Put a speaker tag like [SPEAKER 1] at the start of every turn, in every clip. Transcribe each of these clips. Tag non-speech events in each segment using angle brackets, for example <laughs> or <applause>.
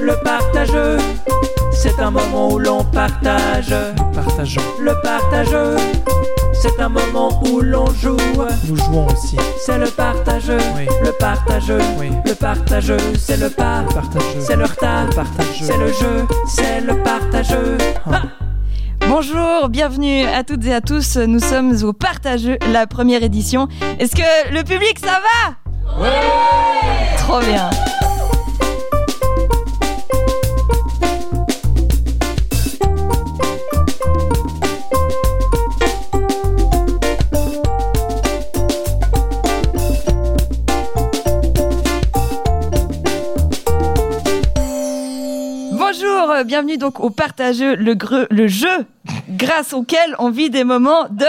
[SPEAKER 1] le partage. C'est un moment où l'on partage.
[SPEAKER 2] Partageons.
[SPEAKER 1] Le partage. C'est un moment où l'on joue.
[SPEAKER 2] Nous jouons aussi.
[SPEAKER 1] C'est le partage.
[SPEAKER 2] Oui.
[SPEAKER 1] Le partage.
[SPEAKER 2] Oui.
[SPEAKER 1] Le partage. C'est le pas.
[SPEAKER 2] Partageux.
[SPEAKER 1] C'est le retard.
[SPEAKER 2] Partageux.
[SPEAKER 1] C'est le jeu. C'est le partage.
[SPEAKER 2] Ah.
[SPEAKER 3] Bonjour, bienvenue à toutes et à tous. Nous sommes au Partageux, la première édition. Est-ce que le public, ça va Ouais Trop bien. Bonjour, euh, bienvenue donc au Partageux, le, greu- le jeu grâce auquel on vit des moments de...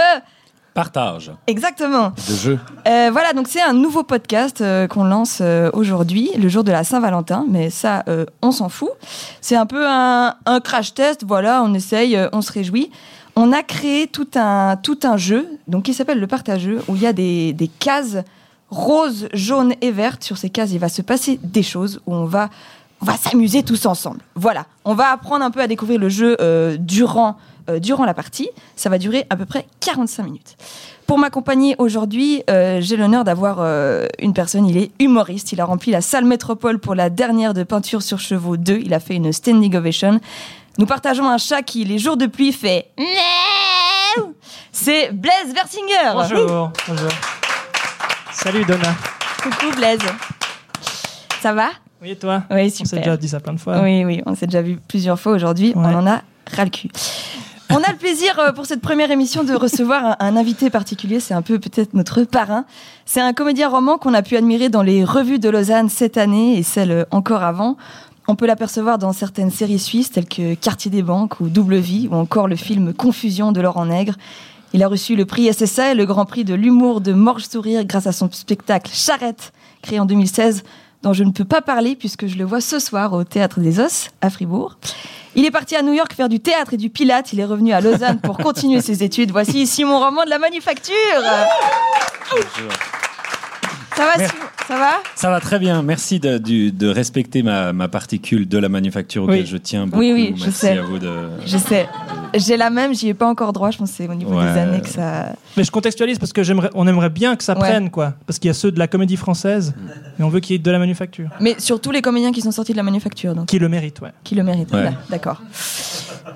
[SPEAKER 4] Partage.
[SPEAKER 3] Exactement.
[SPEAKER 4] De jeu.
[SPEAKER 3] Euh, voilà, donc c'est un nouveau podcast euh, qu'on lance euh, aujourd'hui, le jour de la Saint-Valentin, mais ça, euh, on s'en fout. C'est un peu un, un crash test, voilà, on essaye, euh, on se réjouit. On a créé tout un, tout un jeu, donc qui s'appelle le partageux, où il y a des, des cases roses, jaunes et vertes. Sur ces cases, il va se passer des choses où on va, on va s'amuser tous ensemble. Voilà, on va apprendre un peu à découvrir le jeu euh, durant, euh, durant la partie. Ça va durer à peu près 45 minutes. Pour m'accompagner aujourd'hui, euh, j'ai l'honneur d'avoir euh, une personne, il est humoriste, il a rempli la salle métropole pour la dernière de peinture sur chevaux 2, il a fait une standing ovation. Nous partageons un chat qui, les jours de pluie, fait... Miaou C'est Blaise Versinger
[SPEAKER 2] Bonjour. Bonjour. Salut Donna.
[SPEAKER 3] Coucou Blaise. Ça va
[SPEAKER 2] Oui, et toi
[SPEAKER 3] Oui,
[SPEAKER 2] On s'est déjà dit ça plein de fois.
[SPEAKER 3] Oui, oui, on s'est déjà vu plusieurs fois aujourd'hui. On
[SPEAKER 2] Ouais.
[SPEAKER 3] en a ras le cul. On a le plaisir euh, pour cette première émission de recevoir un, un invité particulier. C'est un peu peut-être notre parrain. C'est un comédien roman qu'on a pu admirer dans les revues de Lausanne cette année et celles euh, encore avant. On peut l'apercevoir dans certaines séries suisses telles que Quartier des Banques ou Double Vie ou encore le film Confusion de Laurent Nègre. Il a reçu le prix SSA et le grand prix de l'humour de Morge Sourire grâce à son spectacle Charrette, créé en 2016, dont je ne peux pas parler puisque je le vois ce soir au Théâtre des Os, à Fribourg. Il est parti à New York faire du théâtre et du pilate. Il est revenu à Lausanne pour continuer ses études. Voici Simon Roman de la Manufacture. Ça va,
[SPEAKER 4] Merci.
[SPEAKER 3] Simon Ça va
[SPEAKER 4] Ça va très bien. Merci de, du- de respecter ma, ma particule de la manufacture auquel
[SPEAKER 2] Oui.
[SPEAKER 4] je tiens beaucoup.
[SPEAKER 3] Oui, oui, je
[SPEAKER 4] Merci
[SPEAKER 3] sais.
[SPEAKER 4] à vous de.
[SPEAKER 3] Je sais. J'ai la même, j'y ai pas encore droit. Je pense que c'est au niveau
[SPEAKER 4] Ouais.
[SPEAKER 3] des années que ça.
[SPEAKER 2] Mais je contextualise parce que j'aimerais, on aimerait bien que ça
[SPEAKER 3] Ouais.
[SPEAKER 2] prenne, quoi. Parce qu'il y a ceux de la comédie française, mais on veut qu'il y ait de la manufacture.
[SPEAKER 3] Mais surtout les comédiens qui sont sortis de la manufacture. Donc.
[SPEAKER 2] Qui le mérite, ouais.
[SPEAKER 3] qui le mérite.
[SPEAKER 4] Ouais.
[SPEAKER 3] Voilà, D'accord.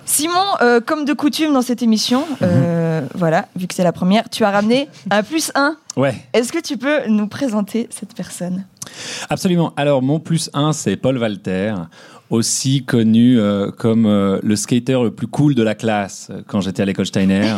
[SPEAKER 3] Simon, euh, comme de coutume dans cette émission,
[SPEAKER 4] Mhm.
[SPEAKER 3] euh, voilà, vu que c'est la première, tu as ramené un plus un.
[SPEAKER 4] Ouais,
[SPEAKER 3] Est-ce que tu peux nous présenter cette personne
[SPEAKER 4] absolument. Alors, mon plus 1, c'est Paul Walter, aussi connu euh, comme euh, le skater le plus cool de la classe euh, quand j'étais à
[SPEAKER 3] <laughs>
[SPEAKER 4] l'école Steiner.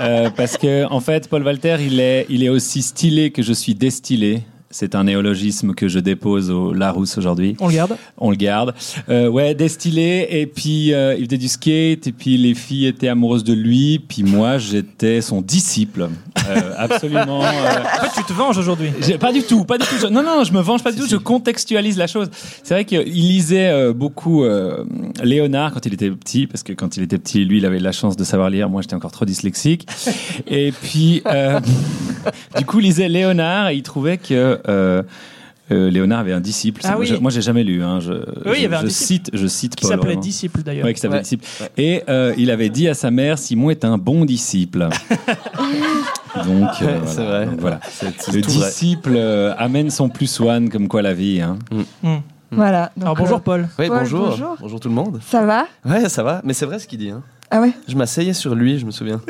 [SPEAKER 4] Euh, parce que, en fait, Paul Walter, il est, il est aussi stylé que je suis destylé. C'est un néologisme que je dépose au Larousse aujourd'hui.
[SPEAKER 2] On le garde.
[SPEAKER 4] On le garde. Euh, ouais, destillé. Et puis, euh, il faisait du skate. Et puis, les filles étaient amoureuses de lui. Puis, moi, j'étais son disciple. Euh, absolument. euh,
[SPEAKER 2] En fait, tu te venges aujourd'hui.
[SPEAKER 4] j'ai- Pas du tout, pas du tout. Je- non, non, je me venge pas du tout. Je contextualise la chose. C'est vrai qu'il lisait euh, beaucoup euh, Léonard quand il était petit, parce que quand il était petit, lui, il avait la chance de savoir lire. Moi, j'étais encore trop dyslexique. Et puis, euh, <laughs> du coup, il lisait Léonard et il trouvait que. euh, euh, Léonard avait un disciple.
[SPEAKER 2] Ah
[SPEAKER 4] Moi,
[SPEAKER 2] oui.
[SPEAKER 4] je- Moi, j'ai jamais lu. Hein. Je, je-
[SPEAKER 2] il y avait un
[SPEAKER 4] je
[SPEAKER 2] disciple.
[SPEAKER 4] cite, je cite
[SPEAKER 2] Qui
[SPEAKER 4] Paul,
[SPEAKER 2] s'appelait
[SPEAKER 4] vraiment.
[SPEAKER 2] Disciple d'ailleurs.
[SPEAKER 4] Ouais, qui s'appelait
[SPEAKER 5] Ouais.
[SPEAKER 4] disciple. Et euh, il avait dit à sa mère, Simon est un bon disciple.
[SPEAKER 2] <laughs>
[SPEAKER 4] Donc, euh,
[SPEAKER 5] Ouais,
[SPEAKER 4] voilà.
[SPEAKER 5] C'est vrai.
[SPEAKER 4] Donc, voilà.
[SPEAKER 5] C'est c'est
[SPEAKER 4] Le
[SPEAKER 5] tout vrai.
[SPEAKER 4] disciple euh, amène son plus one, comme quoi la vie. hein.
[SPEAKER 3] Voilà. donc,
[SPEAKER 2] Hmm. Alors bonjour
[SPEAKER 3] euh,
[SPEAKER 2] Paul.
[SPEAKER 5] Ouais,
[SPEAKER 3] Paul,
[SPEAKER 5] bonjour.
[SPEAKER 3] bonjour.
[SPEAKER 5] bonjour. tout le monde.
[SPEAKER 3] ça va
[SPEAKER 5] Ouais, ça va. Mais c'est vrai ce qu'il dit. Hein.
[SPEAKER 3] Ah ouais
[SPEAKER 5] Je m'asseyais sur lui, je
[SPEAKER 2] <laughs>
[SPEAKER 5] me souviens.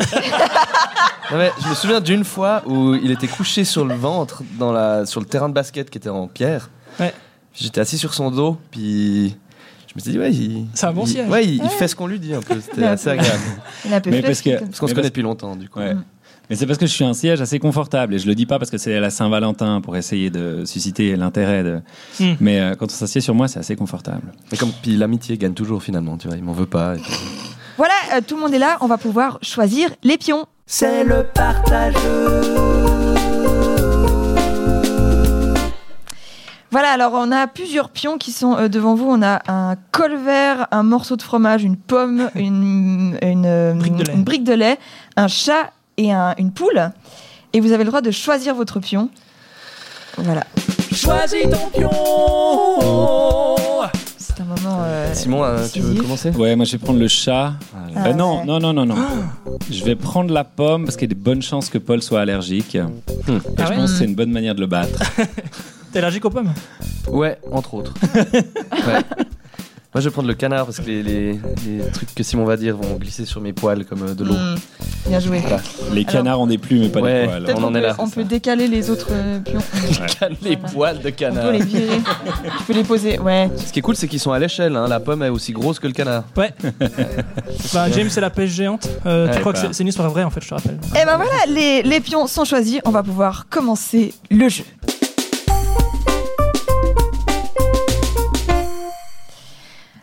[SPEAKER 5] Non, mais je me souviens d'une fois où il était couché sur le ventre dans la, sur le terrain de basket qui était en pierre.
[SPEAKER 2] Ouais.
[SPEAKER 5] J'étais assis sur son dos, puis je me suis dit, ouais, il.
[SPEAKER 2] C'est un bon
[SPEAKER 5] il-
[SPEAKER 2] siège.
[SPEAKER 5] Ouais, il, il fait ce qu'on lui dit un peu.
[SPEAKER 2] <laughs>
[SPEAKER 5] C'était
[SPEAKER 3] Ouais.
[SPEAKER 5] assez agréable.
[SPEAKER 3] Il a
[SPEAKER 4] Mais parce que-
[SPEAKER 5] Parce qu'on
[SPEAKER 4] Mais
[SPEAKER 5] se
[SPEAKER 4] parce-
[SPEAKER 5] connaît depuis longtemps, du coup.
[SPEAKER 4] Ouais.
[SPEAKER 3] Mm.
[SPEAKER 4] Mais c'est parce que je suis un siège assez confortable et je le dis pas parce que c'est à la Saint-Valentin pour essayer de susciter l'intérêt. De...
[SPEAKER 5] Mm.
[SPEAKER 2] Hmm.
[SPEAKER 4] Mais euh, quand on s'assied sur moi, c'est assez confortable.
[SPEAKER 5] Mais comme, puis l'amitié gagne toujours finalement, tu vois, il m'en veut pas. et puis-
[SPEAKER 3] Voilà, euh, tout le monde est là, on va pouvoir choisir les pions.
[SPEAKER 1] C'est le partage.
[SPEAKER 3] Voilà, alors on a plusieurs pions qui sont euh, devant vous. On a un col vert, un morceau de fromage,
[SPEAKER 2] <laughs>
[SPEAKER 3] une pomme, une, une, euh,
[SPEAKER 2] Brique de lait.
[SPEAKER 3] une brique de lait, un chat et un- une poule. Et vous avez le droit de choisir votre pion. Voilà.
[SPEAKER 1] Choisis ton pion.
[SPEAKER 5] Simon, euh, tu veux
[SPEAKER 3] décisif.
[SPEAKER 5] commencer
[SPEAKER 4] Ouais, moi je vais prendre le chat.
[SPEAKER 3] Ah
[SPEAKER 4] Euh, non,
[SPEAKER 3] ouais.
[SPEAKER 4] non, non, non, non.
[SPEAKER 5] Ah.
[SPEAKER 4] Je vais prendre la pomme parce qu'il y a des bonnes chances que Paul soit allergique. Et
[SPEAKER 5] Hmm.
[SPEAKER 2] Ah
[SPEAKER 4] je
[SPEAKER 2] ouais
[SPEAKER 4] pense que c'est une bonne manière de le battre.
[SPEAKER 3] <laughs>
[SPEAKER 2] T'es allergique aux pommes
[SPEAKER 5] Ouais, entre <laughs> autres. Ouais. Moi, je vais prendre le canard parce que les, les- les trucs que Simon va dire vont glisser sur mes poils comme euh, de l'eau.
[SPEAKER 3] Hmm, Bien joué.
[SPEAKER 5] Voilà.
[SPEAKER 4] Les canards ont des plumes et pas
[SPEAKER 5] Ouais.
[SPEAKER 4] des poils. hein.
[SPEAKER 5] Peut-être
[SPEAKER 3] Peut-être
[SPEAKER 5] on en
[SPEAKER 3] peut-
[SPEAKER 5] est là,
[SPEAKER 3] On
[SPEAKER 5] c'est
[SPEAKER 3] peut
[SPEAKER 5] ça.
[SPEAKER 3] décaler les autres euh, pions.
[SPEAKER 5] <laughs> les poils de
[SPEAKER 3] On
[SPEAKER 5] canard.
[SPEAKER 3] peut les virer. tu peux les poser. Ouais.
[SPEAKER 5] Ce qui est cool, c'est qu'ils sont à l'échelle. hein. La pomme est aussi grosse que le canard.
[SPEAKER 2] Ouais. bah, James, c'est la pêche géante. Euh, tu
[SPEAKER 5] Ouais,
[SPEAKER 2] crois que
[SPEAKER 5] bah.
[SPEAKER 2] c'est- c'est une histoire vraie, en fait, je te rappelle.
[SPEAKER 3] Et ben voilà, les, les pions sont choisis. On va pouvoir commencer le jeu.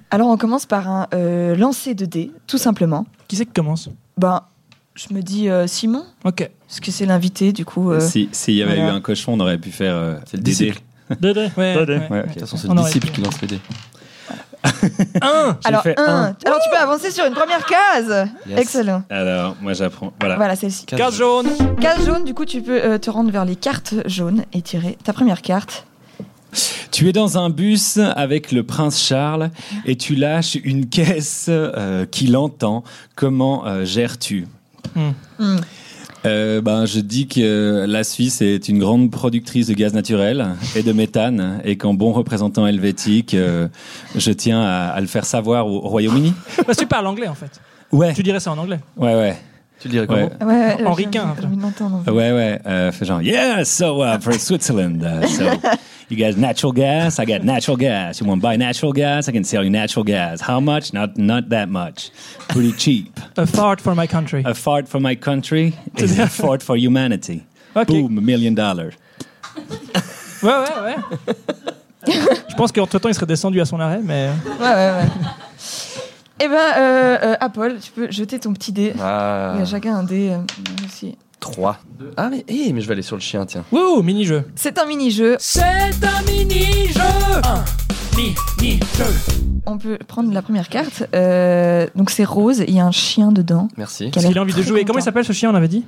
[SPEAKER 3] Alors on commence par un euh, lancer de dés, tout simplement.
[SPEAKER 2] Qui c'est qui commence
[SPEAKER 3] Ben, je me dis euh, Simon,
[SPEAKER 2] Ok.
[SPEAKER 3] parce que c'est l'invité, du coup. euh,
[SPEAKER 4] Si- S'il y avait
[SPEAKER 3] voilà.
[SPEAKER 4] eu un cochon, on aurait pu faire euh,
[SPEAKER 5] C'est le
[SPEAKER 4] des
[SPEAKER 5] disciple.
[SPEAKER 2] Dédé. Ouais, ouais,
[SPEAKER 4] Ouais,
[SPEAKER 2] ouais.
[SPEAKER 4] ok.
[SPEAKER 5] De toute façon, c'est
[SPEAKER 2] On
[SPEAKER 5] le
[SPEAKER 2] aurait
[SPEAKER 5] disciple
[SPEAKER 2] pu.
[SPEAKER 5] qui lance les dés.
[SPEAKER 2] Un
[SPEAKER 3] Alors,
[SPEAKER 4] fait
[SPEAKER 3] un. Alors tu peux avancer sur une première case.
[SPEAKER 5] Yes.
[SPEAKER 3] Excellent.
[SPEAKER 4] Alors, moi j'apprends. Voilà.
[SPEAKER 3] Voilà, celle-ci.
[SPEAKER 2] Carte jaune.
[SPEAKER 3] Case jaune, du coup, tu peux euh, te rendre vers les cartes jaunes et tirer ta première carte.
[SPEAKER 4] Tu es dans un bus avec le prince Charles et tu lâches une caisse euh, qui l'entend. Comment euh, gères-tu
[SPEAKER 2] Hmm.
[SPEAKER 3] Hmm.
[SPEAKER 4] Euh, ben, je dis que euh, la Suisse est une grande productrice de gaz naturel et de méthane, et qu'en bon représentant helvétique, euh, je tiens à, à le faire savoir au, au Royaume-Uni.
[SPEAKER 2] Parce que tu parles anglais, Bah, en fait.
[SPEAKER 4] Ouais,
[SPEAKER 2] Tu dirais ça en anglais.
[SPEAKER 4] ouais, ouais,
[SPEAKER 5] Tu le dirais comment
[SPEAKER 4] ouais,
[SPEAKER 3] Ouais, Ouais,
[SPEAKER 2] Henri
[SPEAKER 3] j'ai-
[SPEAKER 2] Quint,
[SPEAKER 3] j'ai
[SPEAKER 2] après.
[SPEAKER 3] envie de l'entendre, en fait.
[SPEAKER 4] ouais, ouais. Euh, fait genre, yeah, so uh, for Switzerland, uh, so you got natural gas, I got natural gas. You want to buy natural gas, I can sell you natural gas. How much? Not, not that much. Pretty cheap.
[SPEAKER 2] A fart for my country.
[SPEAKER 4] A fart for my country is a fart for humanity.
[SPEAKER 2] Ok.
[SPEAKER 4] Boom, a million dollars.
[SPEAKER 2] Ouais, ouais, ouais. je pense qu'entre temps, il serait descendu à son arrêt, mais. euh,
[SPEAKER 3] Ouais, ouais, ouais. Eh ben, euh, euh, Apple, tu peux jeter ton petit dé.
[SPEAKER 5] Ah,
[SPEAKER 3] Il y a chacun un dé euh, aussi.
[SPEAKER 5] 3. Ah, mais, hé, mais je vais aller sur le chien, tiens.
[SPEAKER 2] Wouh, mini-jeu.
[SPEAKER 3] C'est un mini-jeu.
[SPEAKER 1] C'est un mini-jeu. Un mini-jeu.
[SPEAKER 3] On peut prendre la première carte. Euh, donc, c'est rose. Il y a un chien dedans.
[SPEAKER 5] Merci.
[SPEAKER 3] qui
[SPEAKER 2] Parce
[SPEAKER 3] l'air
[SPEAKER 2] qu'il a envie de
[SPEAKER 3] très
[SPEAKER 2] jouer. Comment il
[SPEAKER 3] content.
[SPEAKER 2] s'appelle ce chien, on avait dit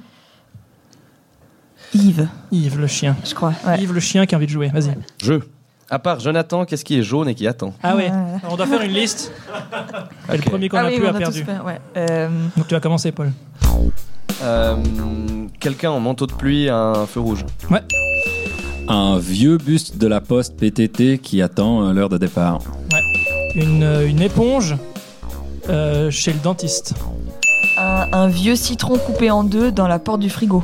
[SPEAKER 3] Yves,
[SPEAKER 2] Yves, le chien.
[SPEAKER 3] je crois. Ouais.
[SPEAKER 2] Yves, le chien qui a envie de jouer. Vas-y.
[SPEAKER 5] Jeu. À part Jonathan, qu'est-ce qui est jaune et qui attend
[SPEAKER 2] Ah ouais.
[SPEAKER 3] Ah,
[SPEAKER 2] On doit faire une liste. Et le
[SPEAKER 5] Ok.
[SPEAKER 2] premier qu'on
[SPEAKER 3] Ah
[SPEAKER 2] a
[SPEAKER 3] oui,
[SPEAKER 2] plus
[SPEAKER 3] on
[SPEAKER 2] a
[SPEAKER 3] a tous
[SPEAKER 2] perdu.
[SPEAKER 3] fait, ouais. Euh,
[SPEAKER 2] Donc tu vas commencer, Paul.
[SPEAKER 5] Euh, Quelqu'un en manteau de pluie, un feu rouge.
[SPEAKER 4] Un vieux buste de la poste PTT qui attend euh, l'heure de départ.
[SPEAKER 2] Une, euh, une éponge euh, chez le dentiste.
[SPEAKER 3] un, un vieux citron coupé en deux dans la porte du frigo.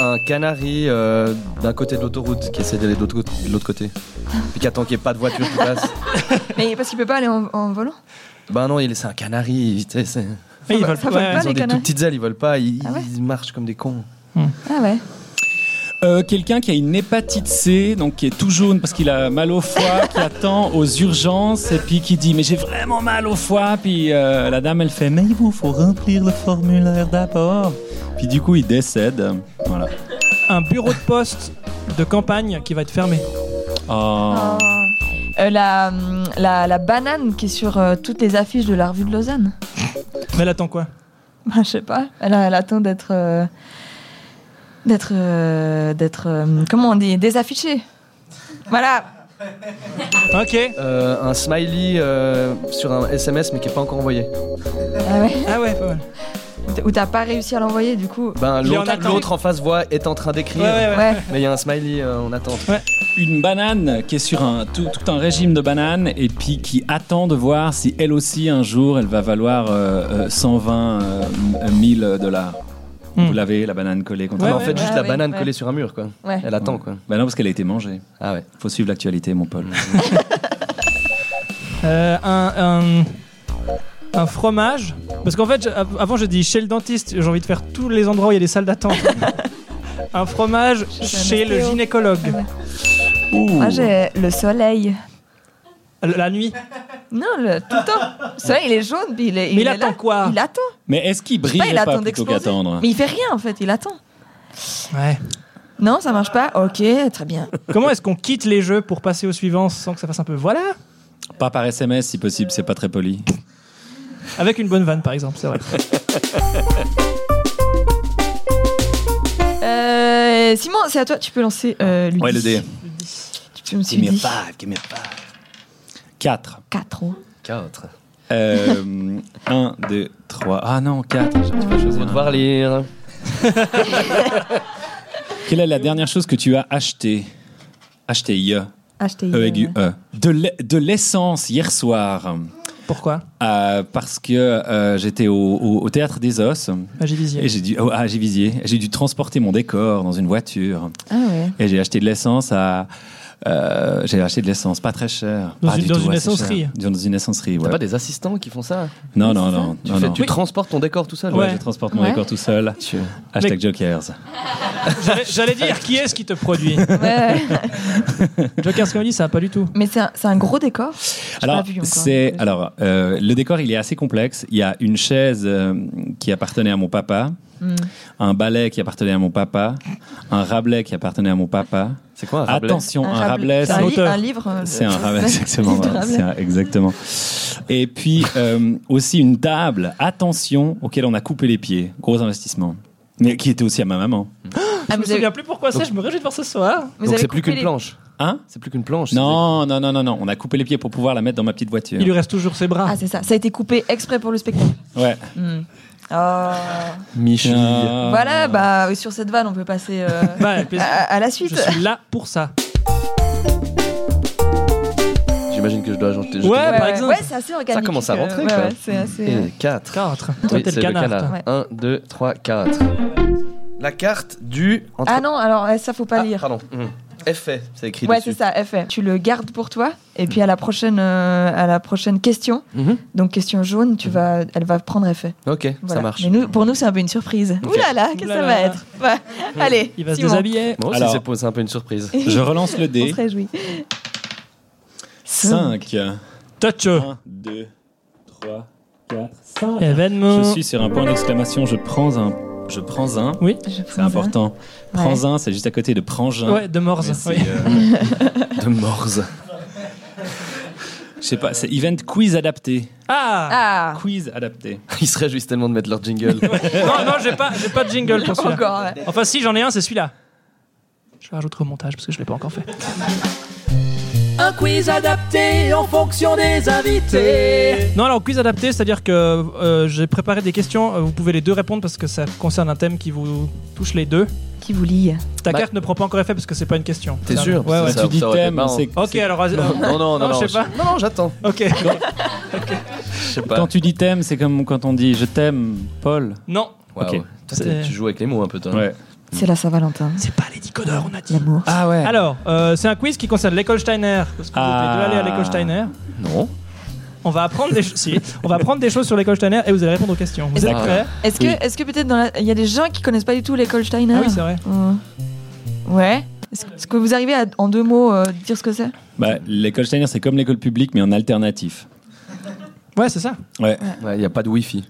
[SPEAKER 5] Un canari euh, d'un côté de l'autoroute qui essaie d'aller de l'autre côté- de l'autre côté.
[SPEAKER 3] Ah.
[SPEAKER 5] Puis qui attend qu'il n'y ait pas de voiture qui passe.
[SPEAKER 3] <laughs> Mais parce qu'il peut pas aller en, en volant.
[SPEAKER 5] Ben non, il est- c'est un canari. tu sais, c'est-
[SPEAKER 2] Eh, ils
[SPEAKER 3] va-
[SPEAKER 2] veulent-
[SPEAKER 3] ça va pas,
[SPEAKER 5] Ils
[SPEAKER 3] les
[SPEAKER 5] ont des
[SPEAKER 3] canaris.
[SPEAKER 5] toutes petites ailes, ils volent pas, ils,
[SPEAKER 3] Ah ouais
[SPEAKER 5] ils marchent comme des cons.
[SPEAKER 3] Ah ouais.
[SPEAKER 4] Euh, Quelqu'un qui a une hépatite C, donc qui est tout jaune parce qu'il a mal au foie,
[SPEAKER 2] <laughs>
[SPEAKER 4] qui attend aux urgences et puis qui dit mais j'ai vraiment mal au foie. Puis euh, la dame elle fait mais il vous faut remplir le formulaire d'abord. Puis du coup il décède. Voilà.
[SPEAKER 2] Un bureau de poste de campagne qui va être fermé.
[SPEAKER 4] Oh.
[SPEAKER 3] Euh, la, hum, la, la banane qui est sur euh, toutes les affiches de la revue de Lausanne.
[SPEAKER 2] Mais elle attend quoi
[SPEAKER 3] <laughs> Bah, je sais pas. Elle, a- elle attend d'être. euh, d'être. euh, d'être. euh, comment on dit Désaffichée. Voilà.
[SPEAKER 2] Ok.
[SPEAKER 5] Euh, un smiley euh, sur un SMS mais qui n'est pas encore envoyé.
[SPEAKER 3] Ah ouais.
[SPEAKER 2] Ah ouais, pas mal.
[SPEAKER 3] Ou t'as- Ou t'as pas réussi à l'envoyer du coup.
[SPEAKER 4] Bah
[SPEAKER 5] Ben,
[SPEAKER 2] Il est en
[SPEAKER 5] l'autre,
[SPEAKER 2] attente.
[SPEAKER 5] l'autre en face voix est en train d'écrire,
[SPEAKER 2] Ouais, ouais, ouais.
[SPEAKER 3] Ouais.
[SPEAKER 5] mais il y a un smiley euh, en attente.
[SPEAKER 4] Une banane qui est sur un, tout, tout un régime de bananes et puis qui attend de voir si elle aussi un jour elle va valoir euh, euh, 120 euh, m- 000 dollars.
[SPEAKER 2] Hmm.
[SPEAKER 4] Vous l'avez la banane collée contre
[SPEAKER 5] Ah,
[SPEAKER 2] Ouais,
[SPEAKER 5] mais en
[SPEAKER 2] ouais,
[SPEAKER 5] fait,
[SPEAKER 2] ouais.
[SPEAKER 5] juste
[SPEAKER 3] Ah
[SPEAKER 5] la
[SPEAKER 3] oui,
[SPEAKER 5] banane
[SPEAKER 3] ouais.
[SPEAKER 5] collée sur un mur, quoi.
[SPEAKER 3] Ouais.
[SPEAKER 5] Elle attend, quoi.
[SPEAKER 4] Bah non parce qu'elle a été mangée.
[SPEAKER 5] Ah ouais.
[SPEAKER 4] Faut suivre l'actualité mon Paul.
[SPEAKER 2] Euh, un, un, un fromage. Parce qu'en fait, j'ai- av- avant, j'ai dit chez le dentiste. J'ai envie de faire tous les endroits où il y a des salles d'attente.
[SPEAKER 3] <laughs>
[SPEAKER 2] un fromage
[SPEAKER 3] Chez un
[SPEAKER 2] chez le
[SPEAKER 3] ostéo.
[SPEAKER 2] gynécologue.
[SPEAKER 4] Ouh.
[SPEAKER 3] Moi j'ai le soleil.
[SPEAKER 2] La la nuit.
[SPEAKER 3] Non, le- tout le temps. Le soleil il est jaune puis il est.
[SPEAKER 2] Mais il
[SPEAKER 3] est
[SPEAKER 2] attend
[SPEAKER 3] là.
[SPEAKER 2] quoi
[SPEAKER 3] Il attend.
[SPEAKER 4] Mais est-ce qu'il
[SPEAKER 3] Je sais
[SPEAKER 4] brille
[SPEAKER 3] pas, il
[SPEAKER 4] pas,
[SPEAKER 3] attend
[SPEAKER 4] plutôt
[SPEAKER 3] d'exploser.
[SPEAKER 4] qu'attendre
[SPEAKER 3] Mais il fait rien en fait, il attend.
[SPEAKER 2] Ouais.
[SPEAKER 3] Non, ça marche pas. Ok, très
[SPEAKER 4] <laughs>
[SPEAKER 3] bien.
[SPEAKER 2] Comment est-ce qu'on quitte les jeux pour passer au suivant sans que ça fasse un peu voilà
[SPEAKER 4] Pas par SMS si possible, c'est pas très poli.
[SPEAKER 2] Avec une bonne vanne, par exemple, c'est vrai.
[SPEAKER 3] Euh, Simon, c'est à toi. Tu peux lancer euh, Ludi.
[SPEAKER 4] Ouais le dé.
[SPEAKER 3] Tu peux me suivre.
[SPEAKER 4] 5, give me 5. 4.
[SPEAKER 3] 4.
[SPEAKER 5] Quatre.
[SPEAKER 4] Euh, un, deux, trois. Ah non, quatre. J'arrive pas à
[SPEAKER 5] Vous
[SPEAKER 4] choisir.
[SPEAKER 5] allez devoir lire.
[SPEAKER 4] Quelle est la dernière chose que tu as achetée Acheté, IE,
[SPEAKER 6] Acheter.
[SPEAKER 4] E aigu, E. De l'e- De l'essence hier soir.
[SPEAKER 2] Pourquoi
[SPEAKER 4] Euh, parce que euh, j'étais au, au- au théâtre des Os
[SPEAKER 2] Magie Visier.
[SPEAKER 4] et j'ai dû, oh, ah, j'ai visé. j'ai dû transporter mon décor dans une voiture
[SPEAKER 3] Ah
[SPEAKER 4] <laughs>
[SPEAKER 3] ouais.
[SPEAKER 4] et j'ai acheté de l'essence à euh, j'ai acheté de l'essence pas très cher
[SPEAKER 2] Dans
[SPEAKER 4] Pas
[SPEAKER 2] une-
[SPEAKER 4] du
[SPEAKER 2] dans
[SPEAKER 4] tout
[SPEAKER 2] une
[SPEAKER 4] assez cher.
[SPEAKER 2] essencerie.
[SPEAKER 4] dans une essencerie
[SPEAKER 5] T'as
[SPEAKER 4] ouais.
[SPEAKER 5] pas des assistants qui font ça
[SPEAKER 4] non non non
[SPEAKER 5] Tu,
[SPEAKER 4] non,
[SPEAKER 5] fais-
[SPEAKER 4] non.
[SPEAKER 5] tu
[SPEAKER 2] Oui.
[SPEAKER 5] transportes ton décor tout seul
[SPEAKER 4] Ouais,
[SPEAKER 2] Ouais.
[SPEAKER 4] je transporte mon
[SPEAKER 3] Ouais.
[SPEAKER 4] décor tout seul hashtag jokers
[SPEAKER 2] J'allais- J'allais dire qui est-ce qui te produit.
[SPEAKER 3] Ouais.
[SPEAKER 2] Joker Comedy, ça va pas du tout.
[SPEAKER 3] Mais c'est un, c'est un gros décor. J'ai pas
[SPEAKER 4] Alors,
[SPEAKER 3] vu encore.
[SPEAKER 4] c'est alors euh, le décor, il est assez complexe. Il y a une chaise euh, qui appartenait à mon papa,
[SPEAKER 5] Hmm.
[SPEAKER 4] un balai qui appartenait à mon papa, un Rabelais qui appartenait à mon papa.
[SPEAKER 5] C'est quoi un Rabelais
[SPEAKER 4] Attention, un, Rabelais,
[SPEAKER 3] c'est un, li-
[SPEAKER 2] auteur.
[SPEAKER 3] un livre. euh,
[SPEAKER 4] c'est un
[SPEAKER 3] <laughs> de-
[SPEAKER 4] Rabelais, exactement.
[SPEAKER 3] livre de
[SPEAKER 4] ouais,
[SPEAKER 3] Rabelais.
[SPEAKER 4] c'est un- exactement. Et puis euh, aussi une table, attention, auquel on a coupé les pieds, gros investissement, mais qui était aussi à ma maman.
[SPEAKER 3] Ah,
[SPEAKER 2] je me
[SPEAKER 3] vous avez-
[SPEAKER 2] souviens plus pourquoi c'est, je me réjouis de voir ce soir.
[SPEAKER 3] vous
[SPEAKER 5] Donc
[SPEAKER 3] avez
[SPEAKER 5] c'est plus
[SPEAKER 3] coupé
[SPEAKER 5] qu'une
[SPEAKER 3] les-
[SPEAKER 5] planche.
[SPEAKER 4] Hein
[SPEAKER 5] C'est plus qu'une planche.
[SPEAKER 4] Non, non, non, non, non. On a coupé les pieds pour pouvoir la mettre dans ma petite voiture.
[SPEAKER 2] Il lui reste toujours ses bras.
[SPEAKER 3] Ah, c'est ça. Ça a été coupé exprès pour le spectacle.
[SPEAKER 4] Ouais.
[SPEAKER 3] Ah.
[SPEAKER 5] Michel.
[SPEAKER 4] Ah.
[SPEAKER 3] Voilà, bah, sur cette vanne, on peut passer euh,
[SPEAKER 2] Bah, plaisir.
[SPEAKER 3] à, à la
[SPEAKER 2] je
[SPEAKER 3] suite.
[SPEAKER 2] suis là pour ça.
[SPEAKER 5] J'imagine que je dois ajouter. Eh,
[SPEAKER 2] Ouais,
[SPEAKER 5] jeter-
[SPEAKER 2] par exemple.
[SPEAKER 3] ouais, c'est assez organique.
[SPEAKER 5] Ça commence à
[SPEAKER 3] Euh,
[SPEAKER 5] rentrer,
[SPEAKER 3] ouais,
[SPEAKER 5] quoi.
[SPEAKER 3] ouais, c'est assez. euh,
[SPEAKER 5] Et 4.
[SPEAKER 2] Quatre. Toi, t'es le canard. toi.
[SPEAKER 3] Ouais.
[SPEAKER 5] 1, 2, 3, 4. La carte du. entre-
[SPEAKER 3] Ah non, alors euh, ça faut pas
[SPEAKER 5] Ah,
[SPEAKER 3] lire.
[SPEAKER 5] Pardon. Mmh. Effet, c'est écrit
[SPEAKER 3] Ouais,
[SPEAKER 5] dessus.
[SPEAKER 3] c'est ça, fait. Tu le gardes pour toi, et puis à la prochaine, euh, à la prochaine question,
[SPEAKER 5] Mhm.
[SPEAKER 3] donc question jaune, tu vas, elle va prendre effet.
[SPEAKER 5] Ok,
[SPEAKER 3] Voilà.
[SPEAKER 5] ça marche.
[SPEAKER 3] Mais nous, pour nous, c'est un peu une surprise.
[SPEAKER 5] Ok.
[SPEAKER 3] Ouh là là, qu'est-ce que
[SPEAKER 2] Ouh là
[SPEAKER 3] ça
[SPEAKER 2] là.
[SPEAKER 3] va être Ouais. Allez,
[SPEAKER 2] Il va se
[SPEAKER 3] Simon,
[SPEAKER 2] déshabiller.
[SPEAKER 5] Moi aussi,
[SPEAKER 4] Alors-
[SPEAKER 5] c'est- c'est un peu une surprise. <laughs>
[SPEAKER 4] Je relance le
[SPEAKER 3] On
[SPEAKER 4] dé.
[SPEAKER 3] se réjouit.
[SPEAKER 4] 5
[SPEAKER 2] Touch.
[SPEAKER 4] 1, 2, 3, 4, 5.
[SPEAKER 2] Événement.
[SPEAKER 4] Je suis sur un point d'exclamation, je prends un. Je prends un.
[SPEAKER 3] Je prends
[SPEAKER 4] C'est
[SPEAKER 3] un.
[SPEAKER 4] important.
[SPEAKER 3] Ouais.
[SPEAKER 4] Prends un, c'est juste à côté de prangin.
[SPEAKER 2] Ouais, de Morse.
[SPEAKER 4] Mais c'est,
[SPEAKER 2] oui.
[SPEAKER 5] <laughs>
[SPEAKER 4] euh, de Morse. Je sais pas, c'est event quiz adapté.
[SPEAKER 2] Ah,
[SPEAKER 3] Ah,
[SPEAKER 4] Quiz adapté.
[SPEAKER 5] Ils se réjouissent tellement de mettre leur jingle.
[SPEAKER 2] Non, non, j'ai pas, j'ai pas de jingle pour celui-là.
[SPEAKER 3] encore. ouais.
[SPEAKER 2] Enfin, si, j'en ai un, c'est celui-là. Je le rajouterai au montage parce que je l'ai pas encore fait.
[SPEAKER 1] Un quiz adapté en fonction des invités.
[SPEAKER 2] Non, alors quiz adapté, c'est-à-dire que euh, j'ai préparé des questions. euh, Vous pouvez les deux répondre parce que ça concerne un thème qui vous touche les deux.
[SPEAKER 3] Qui vous lie
[SPEAKER 2] Ta
[SPEAKER 5] Bah-
[SPEAKER 2] carte ne prend pas encore effet parce que c'est pas une question.
[SPEAKER 5] T'es
[SPEAKER 2] C'est un-
[SPEAKER 5] sûr
[SPEAKER 2] Ouais, ouais.
[SPEAKER 5] Parce que
[SPEAKER 4] tu dis
[SPEAKER 5] ça aurait été
[SPEAKER 4] thème,
[SPEAKER 5] marrant.
[SPEAKER 4] c'est.
[SPEAKER 2] Ok, alors. euh,
[SPEAKER 5] Non, non, non,
[SPEAKER 2] Non, je sais
[SPEAKER 5] je-
[SPEAKER 2] pas.
[SPEAKER 5] Non, non, j'attends.
[SPEAKER 2] <laughs> ok.
[SPEAKER 5] Je sais pas.
[SPEAKER 4] Quand tu dis thème, c'est comme quand on dit je t'aime, Paul.
[SPEAKER 2] Non.
[SPEAKER 5] Waouh.
[SPEAKER 4] Ok.
[SPEAKER 5] Toi,
[SPEAKER 2] C'est-
[SPEAKER 5] t'es- Tu joues avec les mots un peu, toi.
[SPEAKER 4] Ouais.
[SPEAKER 3] C'est la Saint-Valentin,
[SPEAKER 2] C'est pas les Codor, on a dit.
[SPEAKER 3] l'amour.
[SPEAKER 4] Ah ouais.
[SPEAKER 2] Alors, euh, c'est un quiz qui concerne l'école Steiner. Parce que
[SPEAKER 4] Ah.
[SPEAKER 2] vous êtes deux allés à l'école Steiner.
[SPEAKER 5] Non.
[SPEAKER 2] On va apprendre des, si, on va apprendre des choses sur l'école Steiner et vous allez répondre aux questions. Vous êtes
[SPEAKER 5] D'accord.
[SPEAKER 2] prêts
[SPEAKER 3] Est-ce que,
[SPEAKER 4] Oui.
[SPEAKER 3] est-ce que peut-être dans la- il y a des gens qui connaissent pas du tout l'école Steiner
[SPEAKER 2] Ah oui, c'est vrai.
[SPEAKER 3] Euh, Ouais. Est-ce que- est-ce que vous arrivez à, en deux mots, euh, dire ce que c'est
[SPEAKER 4] Bah, l'école Steiner, c'est comme l'école publique, mais en alternatif.
[SPEAKER 2] Ouais, c'est ça.
[SPEAKER 4] Ouais.
[SPEAKER 2] Ah,
[SPEAKER 5] Ouais, il n'y a pas de Wi-Fi.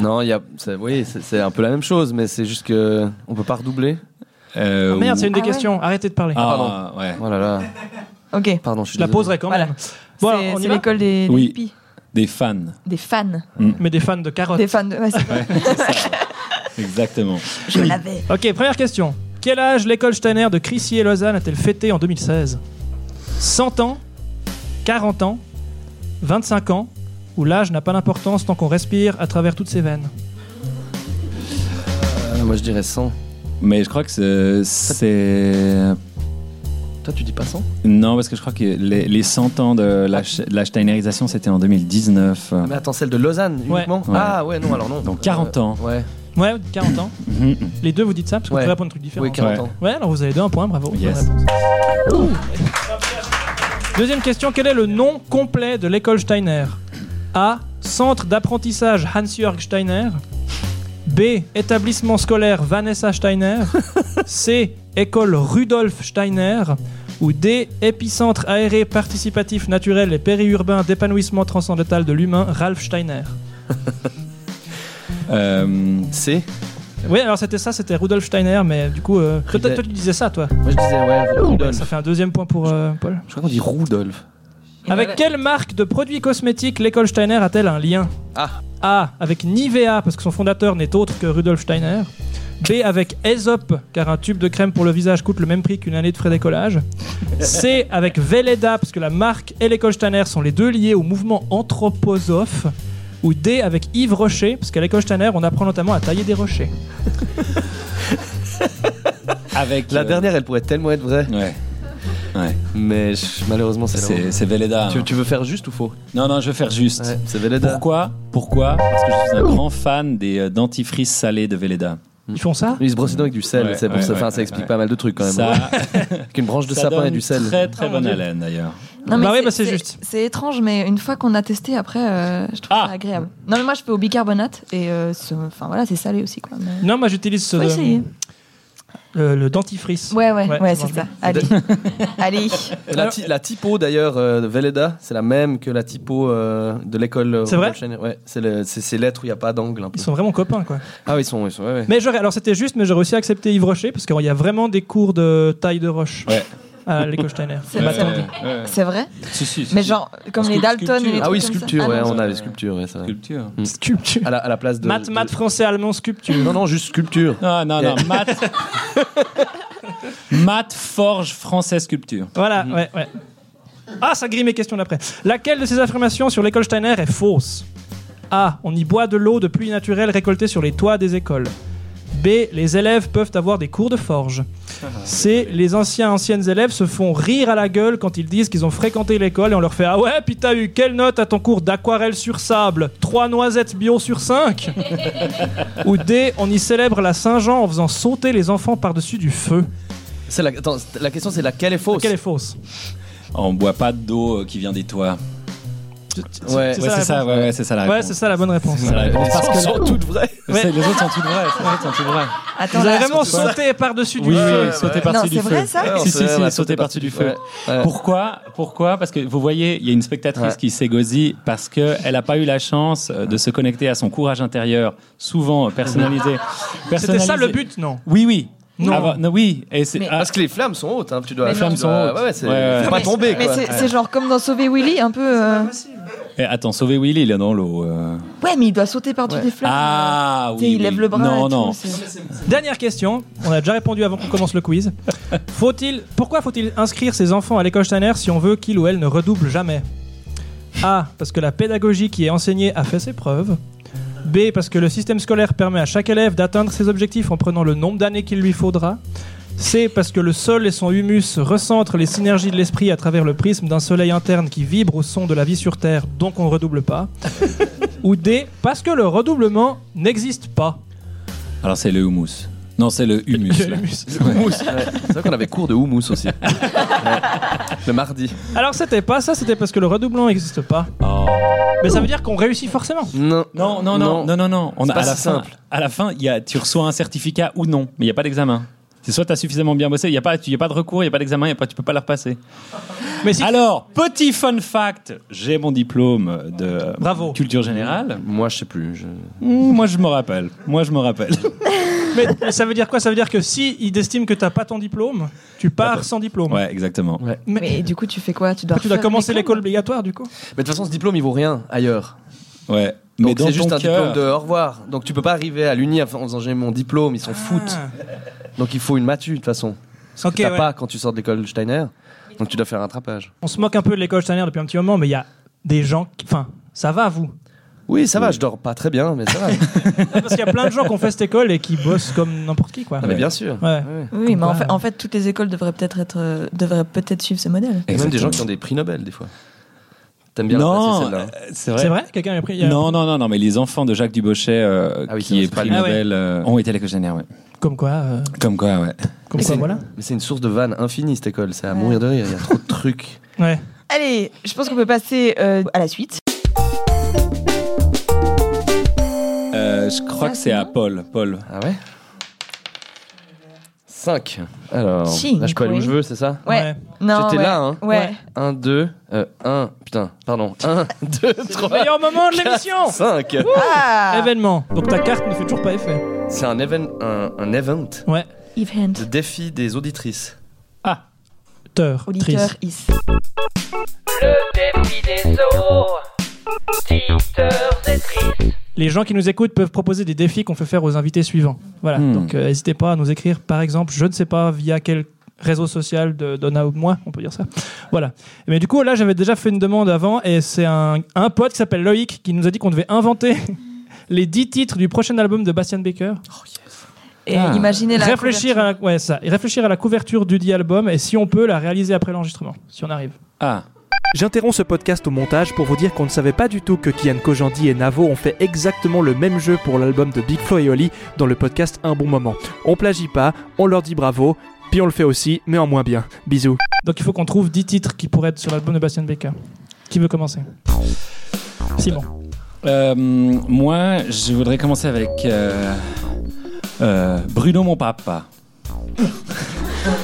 [SPEAKER 5] non, il y a. c'est- Oui, c'est c'est un peu la même chose, mais c'est juste que. On peut pas redoubler.
[SPEAKER 4] Euh,
[SPEAKER 2] Ah, merde, c'est une des
[SPEAKER 3] Ah ouais.
[SPEAKER 2] questions. Arrêtez de parler.
[SPEAKER 4] Ah, ouais.
[SPEAKER 5] Oh là là.
[SPEAKER 3] Ok.
[SPEAKER 5] Pardon, je suis
[SPEAKER 2] Je la
[SPEAKER 5] désolé.
[SPEAKER 2] poserai quand
[SPEAKER 3] Voilà.
[SPEAKER 2] même. Bon, alors,
[SPEAKER 3] c'est
[SPEAKER 2] on
[SPEAKER 3] c'est
[SPEAKER 2] y va
[SPEAKER 3] l'école des, des
[SPEAKER 4] Oui.
[SPEAKER 3] hippies,
[SPEAKER 4] Des fans.
[SPEAKER 3] des fans,
[SPEAKER 2] Mais des fans de carottes.
[SPEAKER 3] des fans de. ouais, c'est-
[SPEAKER 4] Exactement.
[SPEAKER 2] <coughs>
[SPEAKER 3] je l'avais.
[SPEAKER 2] Ok, première question. Quel âge l'école Steiner de Crissier et Lausanne a-t-elle fêté en 2016 100 ans 40 ans 25 ans Ou l'âge n'a pas d'importance tant qu'on respire à travers toutes ses veines
[SPEAKER 5] Ah, moi, je dirais 100.
[SPEAKER 4] Mais je crois que c'est- c'est.
[SPEAKER 5] Toi, tu dis pas 100
[SPEAKER 4] Non, parce que je crois que les, les 100 ans de la, ch- de la steinerisation, c'était en 2019. euh,
[SPEAKER 5] Ah, Mais attends, celle de Lausanne
[SPEAKER 2] Ouais.
[SPEAKER 5] uniquement
[SPEAKER 4] Ouais.
[SPEAKER 5] Ah ouais, non, alors non. Euh,
[SPEAKER 4] Donc 40 ans.
[SPEAKER 5] Ouais,
[SPEAKER 2] Ouais, 40 ans.
[SPEAKER 4] mhm.
[SPEAKER 2] Les deux, vous dites ça Parce qu'on
[SPEAKER 5] Ouais.
[SPEAKER 2] peut répondre à un truc différent.
[SPEAKER 5] oui, 40
[SPEAKER 4] Ouais.
[SPEAKER 5] ans.
[SPEAKER 2] Ouais, alors vous avez deux, un point, bravo. bonne
[SPEAKER 4] Yes.
[SPEAKER 2] réponse. Deuxième question, quel est le nom complet de l'école Steiner A. Centre d'apprentissage Hans-Jörg Steiner. B. Établissement scolaire Vanessa Steiner. C. École Rudolf Steiner. Ou D. Épicentre aéré participatif naturel et périurbain d'épanouissement transcendantal de l'humain Ralph Steiner.
[SPEAKER 4] Euh,
[SPEAKER 5] C'est
[SPEAKER 2] Oui, alors c'était ça, c'était Rudolf Steiner, mais du coup, euh, toi, toi, toi, tu disais ça, toi.
[SPEAKER 5] Moi je disais, ouais, Rudolf.
[SPEAKER 2] Ça fait un deuxième point pour euh, Paul.
[SPEAKER 5] Je crois qu'on dit Rudolf.
[SPEAKER 2] Avec quelle marque de produits cosmétiques l'école Steiner a-t-elle un lien
[SPEAKER 5] Ah.
[SPEAKER 2] A avec Nivea, parce que son fondateur n'est autre que Rudolf Steiner. B avec Aesop, car un tube de crème pour le visage coûte le même prix qu'une année de frais
[SPEAKER 3] <laughs>
[SPEAKER 2] d'écolage. C avec Velleda, parce que la marque et l'école Steiner sont les deux liés au mouvement anthroposophe. Ou D avec Yves Rocher, parce qu'à l'école Steiner, on apprend notamment à tailler des rochers.
[SPEAKER 4] Avec
[SPEAKER 5] La
[SPEAKER 4] euh,
[SPEAKER 5] dernière, elle pourrait tellement être vraie,
[SPEAKER 4] Ouais. Ouais.
[SPEAKER 5] mais je- malheureusement, c'est la
[SPEAKER 4] C'est c'est Velleda.
[SPEAKER 5] Tu,
[SPEAKER 4] hein.
[SPEAKER 5] tu veux faire juste ou faux
[SPEAKER 4] Non, non, je vais faire juste.
[SPEAKER 5] C'est Velleda.
[SPEAKER 4] Pourquoi Pourquoi Parce que je suis un grand fan des euh, dentifrices salés de Velleda.
[SPEAKER 2] Ils font
[SPEAKER 3] Hmm.
[SPEAKER 2] ça
[SPEAKER 5] Ils se brossent les dents avec du sel,
[SPEAKER 4] Ouais,
[SPEAKER 5] c'est pour
[SPEAKER 4] ouais,
[SPEAKER 5] ça,
[SPEAKER 4] ouais,
[SPEAKER 5] enfin, ça
[SPEAKER 4] ouais,
[SPEAKER 5] explique
[SPEAKER 4] ouais.
[SPEAKER 5] pas mal de trucs quand même.
[SPEAKER 4] Ça,
[SPEAKER 5] Avec une branche de
[SPEAKER 4] ça
[SPEAKER 5] sapin et
[SPEAKER 4] donne
[SPEAKER 5] du sel.
[SPEAKER 4] Très très
[SPEAKER 2] Oh, mon
[SPEAKER 4] bonne
[SPEAKER 2] Dieu.
[SPEAKER 4] haleine d'ailleurs.
[SPEAKER 3] Non, mais
[SPEAKER 2] Bah oui, bah, c'est juste.
[SPEAKER 3] C'est étrange, mais une fois qu'on a testé, après, euh, je trouve
[SPEAKER 4] Ah.
[SPEAKER 3] ça agréable. Non, mais moi, je fais au bicarbonate et euh, c'est- enfin voilà, c'est salé aussi, quoi. Mais...
[SPEAKER 2] Non, moi j'utilise ce- euh,
[SPEAKER 3] Faut essayer.
[SPEAKER 2] le, le dentifrice.
[SPEAKER 3] Ouais, ouais,
[SPEAKER 2] Ouais,
[SPEAKER 3] ouais,
[SPEAKER 2] ça
[SPEAKER 3] c'est
[SPEAKER 2] marche
[SPEAKER 3] ça. Allez, allez.
[SPEAKER 5] La, ti- la typo d'ailleurs euh, de Velleda, c'est la même que la typo euh, de l'école. euh,
[SPEAKER 2] C'est vrai
[SPEAKER 5] Rothschild. Ouais, c'est le- c'est ces lettres où il n'y a pas d'angle. un peu.
[SPEAKER 2] Ils sont vraiment copains, quoi.
[SPEAKER 5] Ah, oui, ils sont. Ils sont ouais, ouais.
[SPEAKER 2] Mais j'aurais- alors c'était juste, mais j'aurais aussi accepté Yves Rocher, parce qu'il y a vraiment des cours de taille de roche
[SPEAKER 4] Ouais.
[SPEAKER 2] à l'école Steiner.
[SPEAKER 3] C'est
[SPEAKER 4] Ouais,
[SPEAKER 3] vrai.
[SPEAKER 4] ouais, ouais.
[SPEAKER 3] C'est vrai
[SPEAKER 4] Si, si, si,
[SPEAKER 3] Mais
[SPEAKER 4] si.
[SPEAKER 3] genre, comme les
[SPEAKER 4] Sculpture.
[SPEAKER 3] Dalton et les
[SPEAKER 5] Ah oui,
[SPEAKER 3] trucs comme ça.
[SPEAKER 5] sculpture,
[SPEAKER 3] Ah
[SPEAKER 5] ouais,
[SPEAKER 3] non,
[SPEAKER 5] on a
[SPEAKER 4] ça-
[SPEAKER 5] les sculptures, ouais, c'est vrai.
[SPEAKER 4] Sculpture.
[SPEAKER 2] Sculpture.
[SPEAKER 5] Mm. À la, à la place de.
[SPEAKER 2] Maths,
[SPEAKER 5] de-
[SPEAKER 2] maths, français, allemand, sculpture.
[SPEAKER 5] Non, non, juste sculpture.
[SPEAKER 4] Ah non, <laughs> non,
[SPEAKER 5] Yeah.
[SPEAKER 4] maths. maths, forge, français, sculpture.
[SPEAKER 2] Voilà, ouais, ouais. Ah, ça grille mes questions d'après. Laquelle de ces affirmations sur l'école Steiner est fausse A. On y boit de l'eau de pluie naturelle récoltée sur les toits des écoles. B. Les élèves peuvent avoir des cours de forge. C. Les anciens anciennes élèves se font rire à la gueule quand ils disent qu'ils ont fréquenté l'école et on leur fait Ah ouais, puis t'as eu quelle note à ton cours d'aquarelle sur sable 3 noisettes bio sur 5 Ou D. On y célèbre la Saint-Jean en faisant sauter les enfants par-dessus du feu.
[SPEAKER 5] C'est la, attends, la question, c'est laquelle est fausse
[SPEAKER 2] Laquelle est fausse
[SPEAKER 4] On boit pas d'eau euh, qui vient des toits.
[SPEAKER 5] Ouais,
[SPEAKER 4] Ouais,
[SPEAKER 2] la
[SPEAKER 4] c'est ça,
[SPEAKER 2] réponse.
[SPEAKER 4] ouais, ouais, c'est ça la
[SPEAKER 2] Ouais,
[SPEAKER 4] réponse.
[SPEAKER 2] c'est ça la bonne réponse.
[SPEAKER 4] C'est ça la réponse. Parce que-
[SPEAKER 5] Elles sont toutes vraies.
[SPEAKER 2] Ouais.
[SPEAKER 4] C'est- Les autres sont toutes vraies. Les autres sont toutes vraies.
[SPEAKER 3] Attends,
[SPEAKER 2] Vous
[SPEAKER 3] là,
[SPEAKER 2] avez vraiment
[SPEAKER 3] surtout-
[SPEAKER 2] sauté par-dessus du
[SPEAKER 4] Oui,
[SPEAKER 2] feu.
[SPEAKER 4] oui, sauter
[SPEAKER 3] Non,
[SPEAKER 4] par-dessus du
[SPEAKER 3] c'est
[SPEAKER 4] feu.
[SPEAKER 3] vrai, ça
[SPEAKER 5] Ouais, on
[SPEAKER 4] Si,
[SPEAKER 5] sait,
[SPEAKER 4] si,
[SPEAKER 5] on a
[SPEAKER 4] si, sauter par-dessus du feu.
[SPEAKER 5] Ouais, ouais.
[SPEAKER 4] Pourquoi Pourquoi Parce que vous voyez, il y a une spectatrice
[SPEAKER 5] Ouais.
[SPEAKER 4] qui s'égosie parce qu'elle n'a pas eu la chance euh, de se connecter à son courage intérieur, souvent
[SPEAKER 3] <laughs>
[SPEAKER 4] euh, personnalisé.
[SPEAKER 2] C'était ça
[SPEAKER 4] Personnalisé.
[SPEAKER 2] le but, non
[SPEAKER 4] Oui, oui.
[SPEAKER 2] Non.
[SPEAKER 4] Ah, bah, oui. Et c'est
[SPEAKER 3] Mais-
[SPEAKER 4] ah,
[SPEAKER 5] Parce que les flammes sont hautes, hein, tu dois.
[SPEAKER 4] Les
[SPEAKER 5] tu
[SPEAKER 4] flammes
[SPEAKER 5] dois-
[SPEAKER 4] sont hautes.
[SPEAKER 5] Ouais, ouais, c'est.
[SPEAKER 4] Ouais, ouais.
[SPEAKER 5] Faut pas tomber,
[SPEAKER 3] Mais
[SPEAKER 5] quoi.
[SPEAKER 3] c'est c'est genre comme dans Sauver Willy, un peu. euh,
[SPEAKER 4] eh, attends, sauver Willy, il est dans l'eau. euh.
[SPEAKER 3] Ouais, mais il doit sauter par-dessus des fleurs.
[SPEAKER 4] Ah
[SPEAKER 3] Tu
[SPEAKER 4] oui.
[SPEAKER 3] sais, il
[SPEAKER 4] oui.
[SPEAKER 3] lève le bras.
[SPEAKER 4] Non,
[SPEAKER 3] et
[SPEAKER 4] non.
[SPEAKER 3] tout, c'est-
[SPEAKER 2] Dernière question. On a déjà répondu avant qu'on commence le quiz. Faut-il, pourquoi faut-il inscrire ses enfants à l'école Steiner si on veut qu'il ou elle ne redouble jamais A. Parce que la pédagogie qui est enseignée a fait ses preuves. B. Parce que le système scolaire permet à chaque élève d'atteindre ses objectifs en prenant le nombre d'années qu'il lui faudra. C. Parce que le sol et son humus recentrent les synergies de l'esprit à travers le prisme d'un soleil interne qui vibre au son de la vie sur Terre, donc on ne redouble pas. Ou D. Parce que le redoublement n'existe pas.
[SPEAKER 4] Alors c'est le houmous. Non,
[SPEAKER 3] <laughs>
[SPEAKER 4] c'est le humus. là.
[SPEAKER 5] Houmous. ouais. C'est vrai qu'on avait cours de houmous <laughs> aussi. Ouais. Le mardi.
[SPEAKER 2] Alors c'était pas ça, c'était parce que le redoublant n'existe pas.
[SPEAKER 4] Oh.
[SPEAKER 2] Mais ça veut dire qu'on réussit forcément.
[SPEAKER 5] Non.
[SPEAKER 4] Non, non, non, non, non, non. On
[SPEAKER 5] C'est
[SPEAKER 4] a
[SPEAKER 5] pas
[SPEAKER 4] à la
[SPEAKER 5] si
[SPEAKER 4] fin,
[SPEAKER 5] simple.
[SPEAKER 4] à la fin, il y a, tu reçois un certificat ou non, mais il n'y a pas d'examen. C'est soit tu as suffisamment bien bossé, il n'y a, pas- il y a pas de recours, il n'y a pas d'examen, il y a pas, tu peux pas le repasser.
[SPEAKER 2] Mais si
[SPEAKER 4] Alors, petit fun fact, j'ai mon diplôme de euh,
[SPEAKER 2] Bravo.
[SPEAKER 4] culture générale.
[SPEAKER 5] Moi, je sais plus. je-
[SPEAKER 4] Mmh, moi, je me rappelle. Moi, je me rappelle.
[SPEAKER 2] mais, mais ça veut dire quoi Ça veut dire que si ils estiment que t'as pas ton diplôme, tu pars sans diplôme.
[SPEAKER 4] <laughs> ouais, exactement.
[SPEAKER 2] Mais,
[SPEAKER 3] Mais du coup, tu fais quoi Tu dois,
[SPEAKER 2] tu dois
[SPEAKER 3] refaire
[SPEAKER 2] commencer
[SPEAKER 3] une
[SPEAKER 2] l'école obligatoire du coup.
[SPEAKER 5] Mais de toute façon, ce diplôme, il vaut rien ailleurs.
[SPEAKER 4] Ouais.
[SPEAKER 5] Donc c'est juste un
[SPEAKER 4] cœur-
[SPEAKER 5] diplôme de au revoir. Donc tu peux pas arriver à l'uni en faisant j'ai mon diplôme, ils s'en foutent.
[SPEAKER 2] Ah.
[SPEAKER 5] Donc il faut une matu de toute façon. Parce
[SPEAKER 2] Ok,
[SPEAKER 5] que t'as
[SPEAKER 2] ouais.
[SPEAKER 5] pas quand tu sors de l'école Steiner. Donc tu dois faire un rattrapage.
[SPEAKER 2] On se moque un peu de l'école Steiner depuis un petit moment, mais il y a des gens. qui- Enfin, ça va vous.
[SPEAKER 5] Oui, ça va, je dors pas très bien, mais ça <laughs> va. Ah,
[SPEAKER 2] Non, Parce qu'il y a plein de gens qui ont fait cette école et qui bossent comme n'importe qui
[SPEAKER 4] Ah,
[SPEAKER 2] quoi.
[SPEAKER 5] Ah, mais bien sûr.
[SPEAKER 2] Ouais.
[SPEAKER 5] Ouais.
[SPEAKER 3] Oui, mais en
[SPEAKER 2] quoi.
[SPEAKER 3] fait, en fait, toutes les écoles devraient peut-être être, euh, devraient peut-être suivre ce modèle.
[SPEAKER 5] Et même des gens
[SPEAKER 4] Exactement.
[SPEAKER 5] qui ont des prix Nobel des fois. T'aimes bien
[SPEAKER 4] Non,
[SPEAKER 5] la passer, celle-là. hein.
[SPEAKER 4] euh, c'est vrai.
[SPEAKER 2] C'est vrai Quelqu'un a pris. il y a-
[SPEAKER 4] Non, non, non, non, mais les enfants de Jacques Dubochet, euh,
[SPEAKER 5] Ah oui, c'est
[SPEAKER 4] qui
[SPEAKER 5] vrai,
[SPEAKER 4] est
[SPEAKER 5] c'est pas
[SPEAKER 4] prix
[SPEAKER 2] lui. Ah ouais.
[SPEAKER 4] Nobel, euh, ont été à l'école générale, ouais.
[SPEAKER 2] Comme quoi. euh,
[SPEAKER 4] Comme quoi, ouais.
[SPEAKER 2] Comme quoi
[SPEAKER 5] Mais c'est-
[SPEAKER 2] voilà.
[SPEAKER 5] Mais c'est une source de vannes infinie cette école, c'est à
[SPEAKER 3] Ouais.
[SPEAKER 5] mourir de rire, il y a trop de trucs.
[SPEAKER 2] Ouais.
[SPEAKER 3] Allez, je pense qu'on peut passer euh, à la suite.
[SPEAKER 4] Euh, je crois
[SPEAKER 3] Ça,
[SPEAKER 4] que
[SPEAKER 3] c'est
[SPEAKER 4] c'est à
[SPEAKER 3] bon
[SPEAKER 4] Paul. Paul.
[SPEAKER 5] Ah ouais 5. Alors,
[SPEAKER 3] Si,
[SPEAKER 5] là je peux aller où je veux, c'est ça
[SPEAKER 3] Ouais.
[SPEAKER 2] Ouais.
[SPEAKER 3] Non,
[SPEAKER 5] J'étais
[SPEAKER 3] ouais.
[SPEAKER 5] là, hein.
[SPEAKER 3] Ouais.
[SPEAKER 5] 1, 2, 1, putain, <laughs> pardon, 1, 2, 3,
[SPEAKER 2] Meilleur moment de
[SPEAKER 5] <laughs>
[SPEAKER 2] l'émission.
[SPEAKER 5] 5.
[SPEAKER 3] Ah
[SPEAKER 2] Événement. Donc ta carte ne fait toujours pas effet.
[SPEAKER 5] C'est un, even- un, un event
[SPEAKER 2] Ouais.
[SPEAKER 3] Event.
[SPEAKER 5] de défi des auditrices.
[SPEAKER 2] Teur.
[SPEAKER 3] Auditeur
[SPEAKER 2] Triste.
[SPEAKER 3] is.
[SPEAKER 1] Le défi des eaux. Auditeurs et tristes.
[SPEAKER 2] Les Les gens qui nous écoutent peuvent proposer des défis qu'on fait faire aux invités suivants. Voilà,
[SPEAKER 4] Hmm.
[SPEAKER 2] donc euh, n'hésitez pas à nous écrire, par exemple, je ne sais pas via quel réseau social de Donna ou de moi, on peut dire ça. Voilà. Mais du coup, là, j'avais déjà fait une demande avant et c'est un, un pote qui s'appelle Loïc qui nous a dit qu'on devait inventer <laughs> les 10 titres du prochain album de Bastian Baker.
[SPEAKER 3] Et
[SPEAKER 4] Ah.
[SPEAKER 3] imaginez la.
[SPEAKER 2] réfléchir, à la, ouais, ça, Et réfléchir à la couverture du dit album et si on peut la réaliser après l'enregistrement, si on arrive.
[SPEAKER 4] Ah,
[SPEAKER 1] J'interromps ce podcast au montage pour vous dire qu'on ne savait pas du tout que Kian Kojandi et Navo ont fait exactement le même jeu pour l'album de Big Flo et Oli dans le podcast Un bon moment. On plagie pas, on leur dit bravo, puis on le fait aussi, mais en moins bien. Bisous.
[SPEAKER 2] Donc il faut qu'on trouve 10 titres qui pourraient être sur l'album de Bastian Baker. Qui veut commencer Simon.
[SPEAKER 4] euh, moi, je voudrais commencer avec euh, euh, Bruno mon papa.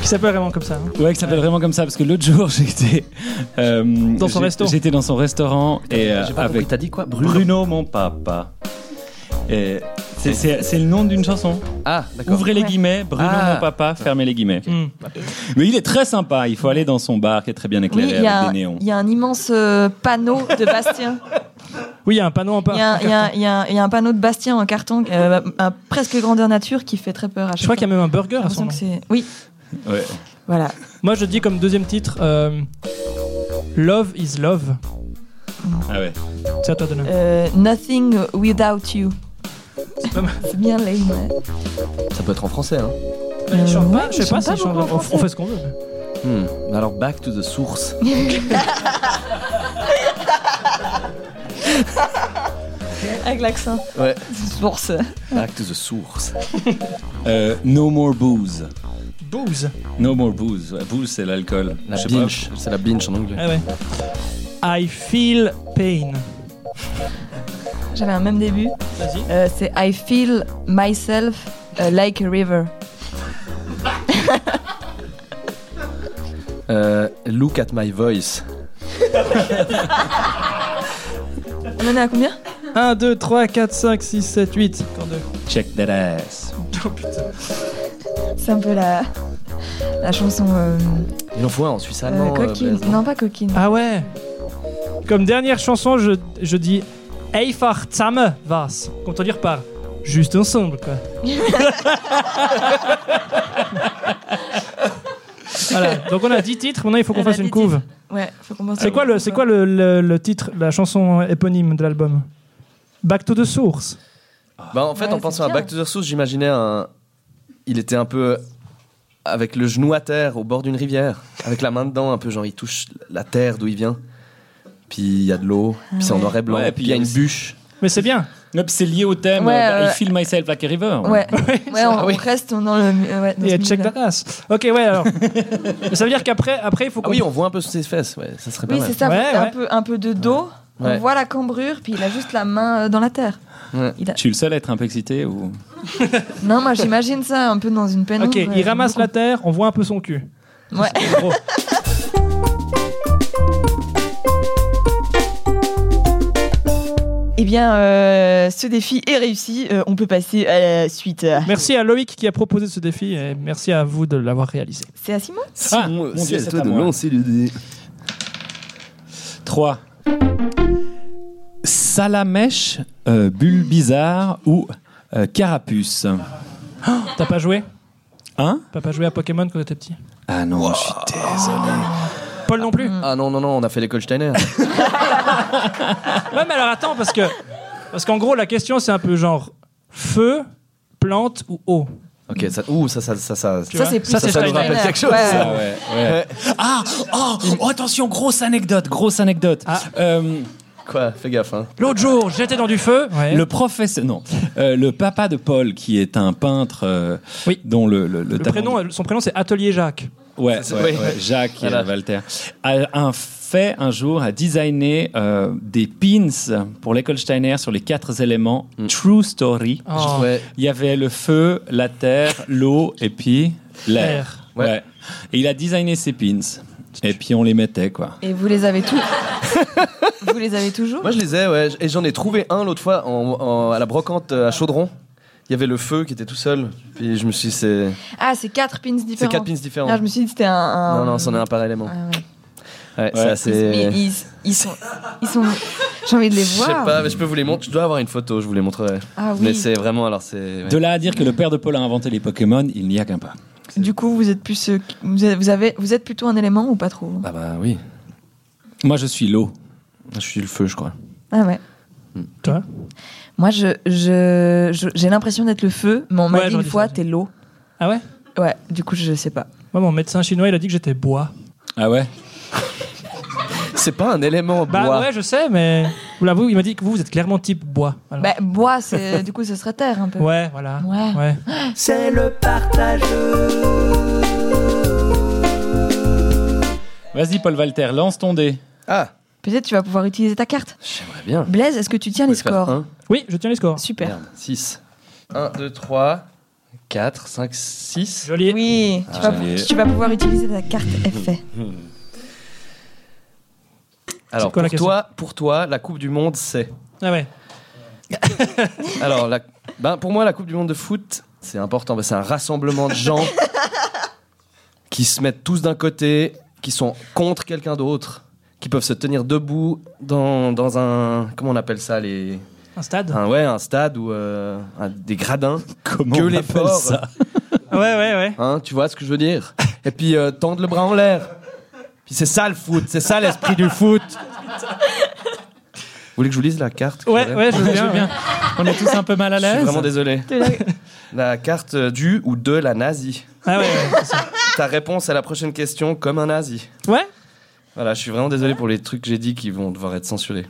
[SPEAKER 2] Qui s'appelle vraiment comme ça. hein.
[SPEAKER 4] Ouais, qui s'appelle vraiment comme ça parce que l'autre jour <laughs> j'étais euh,
[SPEAKER 2] Dans son
[SPEAKER 4] j'ai-
[SPEAKER 2] resto.
[SPEAKER 4] J'étais dans son restaurant et euh,
[SPEAKER 5] J'ai pas compris,
[SPEAKER 4] avec
[SPEAKER 5] T'as dit quoi Bruno
[SPEAKER 4] Bruno mon papa. Et c'est- c'est c'est le nom d'une chanson.
[SPEAKER 5] Ah, d'accord.
[SPEAKER 4] Ouvrez les
[SPEAKER 3] Ouais.
[SPEAKER 4] guillemets, Bruno
[SPEAKER 5] Ah.
[SPEAKER 4] mon papa, fermez les guillemets.
[SPEAKER 2] Hmm.
[SPEAKER 4] Mais il est très sympa, il faut aller dans son bar qui est très bien
[SPEAKER 3] Oui,
[SPEAKER 4] éclairé
[SPEAKER 3] il y, a
[SPEAKER 4] avec
[SPEAKER 3] un-
[SPEAKER 4] des néons.
[SPEAKER 3] il y a un immense euh, panneau de Bastien.
[SPEAKER 2] <laughs> Oui, il y a un panneau en
[SPEAKER 3] Il y, a un-
[SPEAKER 2] part.
[SPEAKER 3] il y a un- il y a un- il y a un panneau de Bastien en carton, euh, un presque grandeur nature qui fait très peur à chaque
[SPEAKER 2] Je crois qu'il y a même un burger
[SPEAKER 3] fois.
[SPEAKER 2] à son
[SPEAKER 3] J'ai l'impression
[SPEAKER 2] nom.
[SPEAKER 3] que c'est. Oui,
[SPEAKER 4] Ouais.
[SPEAKER 3] voilà.
[SPEAKER 2] Moi je dis comme deuxième titre euh, Love is Love.
[SPEAKER 4] Ah ouais.
[SPEAKER 2] C'est à toi de donner.
[SPEAKER 3] Euh, nothing without you.
[SPEAKER 2] pas mal.
[SPEAKER 3] C'est bien lame, ouais.
[SPEAKER 5] Ça peut être en français, hein.
[SPEAKER 2] Je chante
[SPEAKER 3] ouais,
[SPEAKER 2] pas, je
[SPEAKER 3] ils
[SPEAKER 2] sais pas
[SPEAKER 3] chantent
[SPEAKER 2] si
[SPEAKER 3] Euh, pas
[SPEAKER 2] chantent-
[SPEAKER 3] beaucoup en
[SPEAKER 2] on-
[SPEAKER 3] français.
[SPEAKER 2] On fait ce qu'on veut.
[SPEAKER 5] Hmm. Mais Alors, back to the source.
[SPEAKER 3] Avec l'accent.
[SPEAKER 5] Ouais.
[SPEAKER 3] C'est pour ça.
[SPEAKER 5] Back to the source.
[SPEAKER 4] Euh, no more booze.
[SPEAKER 2] Booze.
[SPEAKER 4] No more booze. Ouais, booze, c'est l'alcool.
[SPEAKER 5] La
[SPEAKER 4] Je sais pas.
[SPEAKER 5] binge. C'est la binge en anglais.
[SPEAKER 2] Ah ouais. I feel pain.
[SPEAKER 3] J'avais un même début.
[SPEAKER 2] Vas-y.
[SPEAKER 3] Euh, c'est I feel myself euh, like a river.
[SPEAKER 5] Euh, look at my voice.
[SPEAKER 3] On en est à combien
[SPEAKER 2] 1, 2, 3, 4, 5, 6, 7, 8. Encore deux.
[SPEAKER 4] Check that ass.
[SPEAKER 2] Oh putain.
[SPEAKER 3] C'est un peu la, la chanson. euh,
[SPEAKER 5] Il en faut un en Suisse
[SPEAKER 3] euh,
[SPEAKER 5] allemand. euh,
[SPEAKER 3] coquine.
[SPEAKER 5] Blaise,
[SPEAKER 3] non, pas coquine.
[SPEAKER 2] Ah ouais. Comme dernière chanson, je, je dis Eifach zusammen was. Contredire par juste ensemble
[SPEAKER 3] <laughs>
[SPEAKER 2] quoi. voilà. Donc on a 10 titres, maintenant il faut qu'on
[SPEAKER 3] On a
[SPEAKER 2] fasse une
[SPEAKER 3] 10
[SPEAKER 2] couve.
[SPEAKER 3] Ouais, faut qu'on pense
[SPEAKER 2] C'est quoi le c'est quoi le, le- le titre la chanson éponyme de l'album Back to the source.
[SPEAKER 5] Bah en fait,
[SPEAKER 3] Ouais,
[SPEAKER 5] en pensant
[SPEAKER 3] c'est
[SPEAKER 5] à
[SPEAKER 3] bien.
[SPEAKER 5] Back to the Source, j'imaginais un. Il était un peu avec le genou à terre au bord d'une rivière, avec la main dedans, un peu genre il touche la terre d'où il vient. Puis il y a de l'eau,
[SPEAKER 3] Ah
[SPEAKER 5] puis c'est en noir et blanc,
[SPEAKER 4] Ouais,
[SPEAKER 5] puis il y a une bûche. Ah
[SPEAKER 2] Mais c'est bien.
[SPEAKER 4] Ouais, puis c'est lié au thème.
[SPEAKER 3] Ouais,
[SPEAKER 4] euh,
[SPEAKER 3] ouais.
[SPEAKER 4] I feel myself like a river.
[SPEAKER 2] <laughs>
[SPEAKER 3] Ouais, ouais on,
[SPEAKER 5] Ah oui.
[SPEAKER 3] on reste dans le. euh, ouais, dans
[SPEAKER 2] Et
[SPEAKER 3] ce
[SPEAKER 2] check
[SPEAKER 3] milieu-là.
[SPEAKER 2] that ass. Ok ouais
[SPEAKER 3] <laughs>
[SPEAKER 2] alors. Mais ça veut dire qu'après après il faut
[SPEAKER 5] Ah
[SPEAKER 2] qu'on
[SPEAKER 5] oui, on voit un peu ses fesses, ouais, ça serait pas
[SPEAKER 3] Oui,
[SPEAKER 5] mal.
[SPEAKER 3] c'est ça.
[SPEAKER 2] Ouais,
[SPEAKER 3] un,
[SPEAKER 2] ouais.
[SPEAKER 3] Peu, un peu de dos.
[SPEAKER 5] Ouais.
[SPEAKER 3] On voit la cambrure, puis il a juste la main euh, dans la terre.
[SPEAKER 4] Je suis le seul à être un peu excité ou
[SPEAKER 3] Non, moi j'imagine ça un peu dans une pénombre.
[SPEAKER 2] Ok,
[SPEAKER 3] euh,
[SPEAKER 2] il ramasse
[SPEAKER 3] beaucoup.
[SPEAKER 2] la terre, on voit un peu son cul.
[SPEAKER 3] Ouais.
[SPEAKER 2] C'est gros.
[SPEAKER 3] Eh bien, euh, ce défi est réussi. Euh, on peut passer à la suite.
[SPEAKER 2] Merci à Loïc qui a proposé ce défi et merci à vous de l'avoir réalisé.
[SPEAKER 3] C'est à Simon
[SPEAKER 4] Ah, mon Dieu, c'est à moi.
[SPEAKER 5] le dé.
[SPEAKER 4] 3. Salamèche, euh, bulle bizarre ou euh, carapuce.
[SPEAKER 2] T'as pas joué
[SPEAKER 4] Hein
[SPEAKER 2] T'as pas joué à Pokémon quand t'étais petit
[SPEAKER 4] Ah non, je suis désolé.
[SPEAKER 2] Paul non plus
[SPEAKER 5] Ah non, non, non, on a fait l'école Steiner.
[SPEAKER 2] Ouais, mais alors attends, parce que. Parce qu'en gros, la question, c'est un peu genre feu, plante ou eau.
[SPEAKER 5] ok, ça, ouh, ça, ça, ça, <laughs> ça.
[SPEAKER 2] Tu vois Ça, c'est
[SPEAKER 5] ça nous
[SPEAKER 2] Steiner.
[SPEAKER 5] rappelle quelque chose.
[SPEAKER 3] Ouais.
[SPEAKER 5] ça.
[SPEAKER 4] Ah ouais, ouais. Ah, oh, oh, attention, grosse anecdote, grosse anecdote.
[SPEAKER 2] Ah.
[SPEAKER 4] Euh,
[SPEAKER 5] Quoi, fais gaffe, hein.
[SPEAKER 2] L'autre jour, j'étais dans du feu. Ouais.
[SPEAKER 4] Le professeur, non, Euh, le papa de Paul, qui est un peintre, euh,
[SPEAKER 2] Oui.
[SPEAKER 4] dont le, le-
[SPEAKER 2] Le
[SPEAKER 4] le talent-
[SPEAKER 2] prénom, son prénom, c'est Atelier Jacques.
[SPEAKER 4] ouais,
[SPEAKER 5] c'est-
[SPEAKER 4] ouais,
[SPEAKER 5] oui.
[SPEAKER 4] ouais, Jacques
[SPEAKER 5] Voilà.
[SPEAKER 4] euh, Walter, a un fait un jour a designé euh, des pins pour l'école Steiner sur les quatre éléments
[SPEAKER 5] Mm.
[SPEAKER 4] True Story.
[SPEAKER 2] Oh.
[SPEAKER 5] Ouais.
[SPEAKER 4] Il y avait le feu, la terre, l'eau et puis l'air.
[SPEAKER 5] L'air. Ouais.
[SPEAKER 4] Et il a designé ces pins. Et puis on les mettait quoi.
[SPEAKER 3] Et vous les
[SPEAKER 2] <laughs>
[SPEAKER 3] avez tous Vous les avez toujours
[SPEAKER 5] Moi je les ai, ouais, et j'en ai trouvé un l'autre fois en- en- à la brocante euh, à Chaudron. Il y avait le feu qui était tout seul, puis je me suis dit, c'est
[SPEAKER 3] Ah, c'est quatre pins différents.
[SPEAKER 5] c'est quatre pins
[SPEAKER 3] Ah,
[SPEAKER 5] différents.
[SPEAKER 3] je me suis dit que c'était un, un-
[SPEAKER 5] Non, non, c'en est un par élément.
[SPEAKER 3] Ah, ouais.
[SPEAKER 5] Ouais, c'est
[SPEAKER 4] Ouais.
[SPEAKER 5] assez.
[SPEAKER 3] Mais ils, ils sont, ils sont, J'ai envie de les
[SPEAKER 5] Je sais
[SPEAKER 3] voir.
[SPEAKER 5] pas, mais je peux vous les montrer. Je dois avoir une photo, je vous les montrerai.
[SPEAKER 3] Ah
[SPEAKER 5] Mais
[SPEAKER 3] oui.
[SPEAKER 5] c'est vraiment, alors c'est. ouais.
[SPEAKER 4] De là à dire que le père de Paul a inventé les Pokémon, il n'y a qu'un pas.
[SPEAKER 3] Du coup, vous êtes plus, euh, vous avez, vous avez- vous êtes plutôt un élément ou pas trop
[SPEAKER 5] Ah bah oui,
[SPEAKER 4] Moi, je suis l'eau.
[SPEAKER 5] je suis le feu, je crois.
[SPEAKER 3] Ah ouais.
[SPEAKER 2] Toi
[SPEAKER 3] Moi, je, je, je- j'ai l'impression d'être le feu, mais on m'a
[SPEAKER 2] Ouais,
[SPEAKER 3] dit
[SPEAKER 2] j'aurais
[SPEAKER 3] une
[SPEAKER 2] dit
[SPEAKER 3] fois,
[SPEAKER 2] ça.
[SPEAKER 3] t'es l'eau.
[SPEAKER 2] Ah ouais
[SPEAKER 3] Ouais, du coup, je sais pas.
[SPEAKER 2] Moi, mon médecin chinois, il a dit que j'étais bois.
[SPEAKER 4] Ah ouais
[SPEAKER 5] C'est pas un élément
[SPEAKER 2] Bah
[SPEAKER 5] bois.
[SPEAKER 2] ouais, je sais, mais. Vous l'avouez, il m'a dit que vous, vous êtes clairement type bois. Alors.
[SPEAKER 3] Bah, bois, c'est, <laughs> du coup, ce serait terre un peu.
[SPEAKER 2] Ouais, voilà.
[SPEAKER 3] Bah, Ouais.
[SPEAKER 2] ouais.
[SPEAKER 6] c'est le partage.
[SPEAKER 4] Vas-y, Paul Walter, lance ton dé.
[SPEAKER 5] Ah,
[SPEAKER 3] Peut-être tu vas pouvoir utiliser ta carte.
[SPEAKER 5] j'aimerais bien.
[SPEAKER 3] Blaise, est-ce que tu tiens les scores
[SPEAKER 5] 1,
[SPEAKER 2] Oui, je tiens les scores.
[SPEAKER 3] Super.
[SPEAKER 5] 6. 1, 2, 3, 4, 5, 6.
[SPEAKER 2] Joli.
[SPEAKER 3] Oui, tu,
[SPEAKER 4] Ah,
[SPEAKER 3] vas,
[SPEAKER 4] j'allais-
[SPEAKER 3] tu vas pouvoir utiliser ta carte effet.
[SPEAKER 5] Alors,
[SPEAKER 2] quoi la
[SPEAKER 5] pour toi, pour toi, la Coupe du Monde, c'est.
[SPEAKER 2] Ah ouais.
[SPEAKER 5] Alors, la- ben, pour moi, la Coupe du Monde de foot, c'est important. parce que C'est un rassemblement de gens qui se mettent tous d'un côté, qui sont contre quelqu'un d'autre, qui peuvent se tenir debout dans, dans un. Comment on appelle ça les,
[SPEAKER 2] Un stade
[SPEAKER 5] un, Ouais, un stade ou euh, un- des gradins.
[SPEAKER 4] Comment
[SPEAKER 5] Que
[SPEAKER 4] on
[SPEAKER 5] les
[SPEAKER 4] appelle
[SPEAKER 5] forts.
[SPEAKER 4] ça
[SPEAKER 2] Ouais, ouais, ouais.
[SPEAKER 5] Hein, tu vois ce que je veux dire Et puis euh, tendre le bras en l'air. Puis c'est ça le foot, c'est ça l'esprit
[SPEAKER 4] <laughs>
[SPEAKER 5] du foot. Vous voulez que je vous lise la carte que
[SPEAKER 2] Ouais,
[SPEAKER 5] j'avais
[SPEAKER 2] ouais, je veux bien. On est tous un peu mal à
[SPEAKER 5] Je suis
[SPEAKER 2] l'aise.
[SPEAKER 5] vraiment désolé. <laughs> La carte euh, du ou de la nazi.
[SPEAKER 2] Ah ouais, ouais. c'est ça.
[SPEAKER 5] Ta réponse à la prochaine question comme un nazi.
[SPEAKER 2] Ouais
[SPEAKER 5] Voilà, je suis vraiment désolé pour les trucs que j'ai dit qui vont devoir être censurés.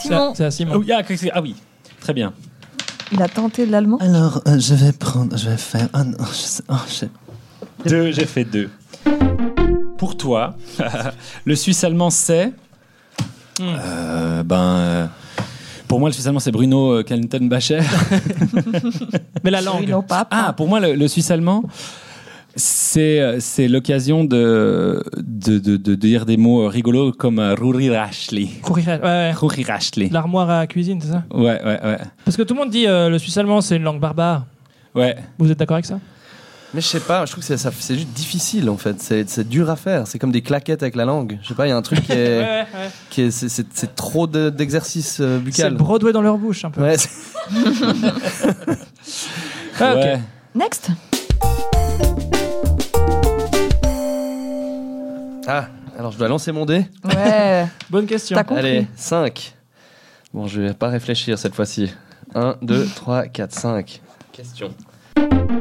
[SPEAKER 3] Simon,
[SPEAKER 2] C'est à Simon.
[SPEAKER 4] Oh, ah, que- ah oui, très bien.
[SPEAKER 3] il a tenté de l'allemand.
[SPEAKER 7] Alors, euh, je vais prendre, je vais faire. Ah non, je sais- oh, je sais-
[SPEAKER 4] Deux, j'ai fait deux. Pour toi, <laughs> le Suisse allemand c'est
[SPEAKER 2] Hmm.
[SPEAKER 4] Euh, Ben, euh, pour moi le Suisse allemand c'est Bruno euh,
[SPEAKER 2] <laughs>
[SPEAKER 4] Kaltenbacher.
[SPEAKER 2] Mais la
[SPEAKER 3] Oui,
[SPEAKER 2] langue.
[SPEAKER 3] non, pas.
[SPEAKER 4] Ah, pour moi le, le Suisse allemand c'est euh, c'est l'occasion de, de, de- de dire des mots euh, rigolos comme euh, Ruri Rachli.
[SPEAKER 2] Courir. Ouais, ouais.
[SPEAKER 4] Ruri Rachli.
[SPEAKER 2] L'armoire à cuisine, c'est ça
[SPEAKER 4] Ouais, ouais, ouais.
[SPEAKER 2] Parce que tout le monde dit euh, le suisse allemand, c'est une langue barbare.
[SPEAKER 4] Ouais.
[SPEAKER 2] Vous êtes d'accord avec ça
[SPEAKER 5] Mais je sais pas, je trouve que c'est- ça- c'est juste difficile en fait. C'est c'est dur à faire. C'est comme des claquettes avec la langue. Je sais pas, il y a un truc qui est.
[SPEAKER 2] ouais, ouais.
[SPEAKER 5] qui est- c'est- c'est c'est trop de- d'exercice euh,
[SPEAKER 2] C'est
[SPEAKER 5] buccal.
[SPEAKER 2] Broadway dans leur bouche, un peu.
[SPEAKER 5] Ouais, c'est-
[SPEAKER 2] Ah, ok.
[SPEAKER 4] Ouais.
[SPEAKER 3] Next.
[SPEAKER 5] Ah, alors je dois lancer mon dé.
[SPEAKER 3] Ouais.
[SPEAKER 2] Bonne question.
[SPEAKER 3] T'as compris
[SPEAKER 5] Allez, 5. Bon, je vais pas réfléchir cette fois-ci. 1, 2, 3, 4, 5. Question.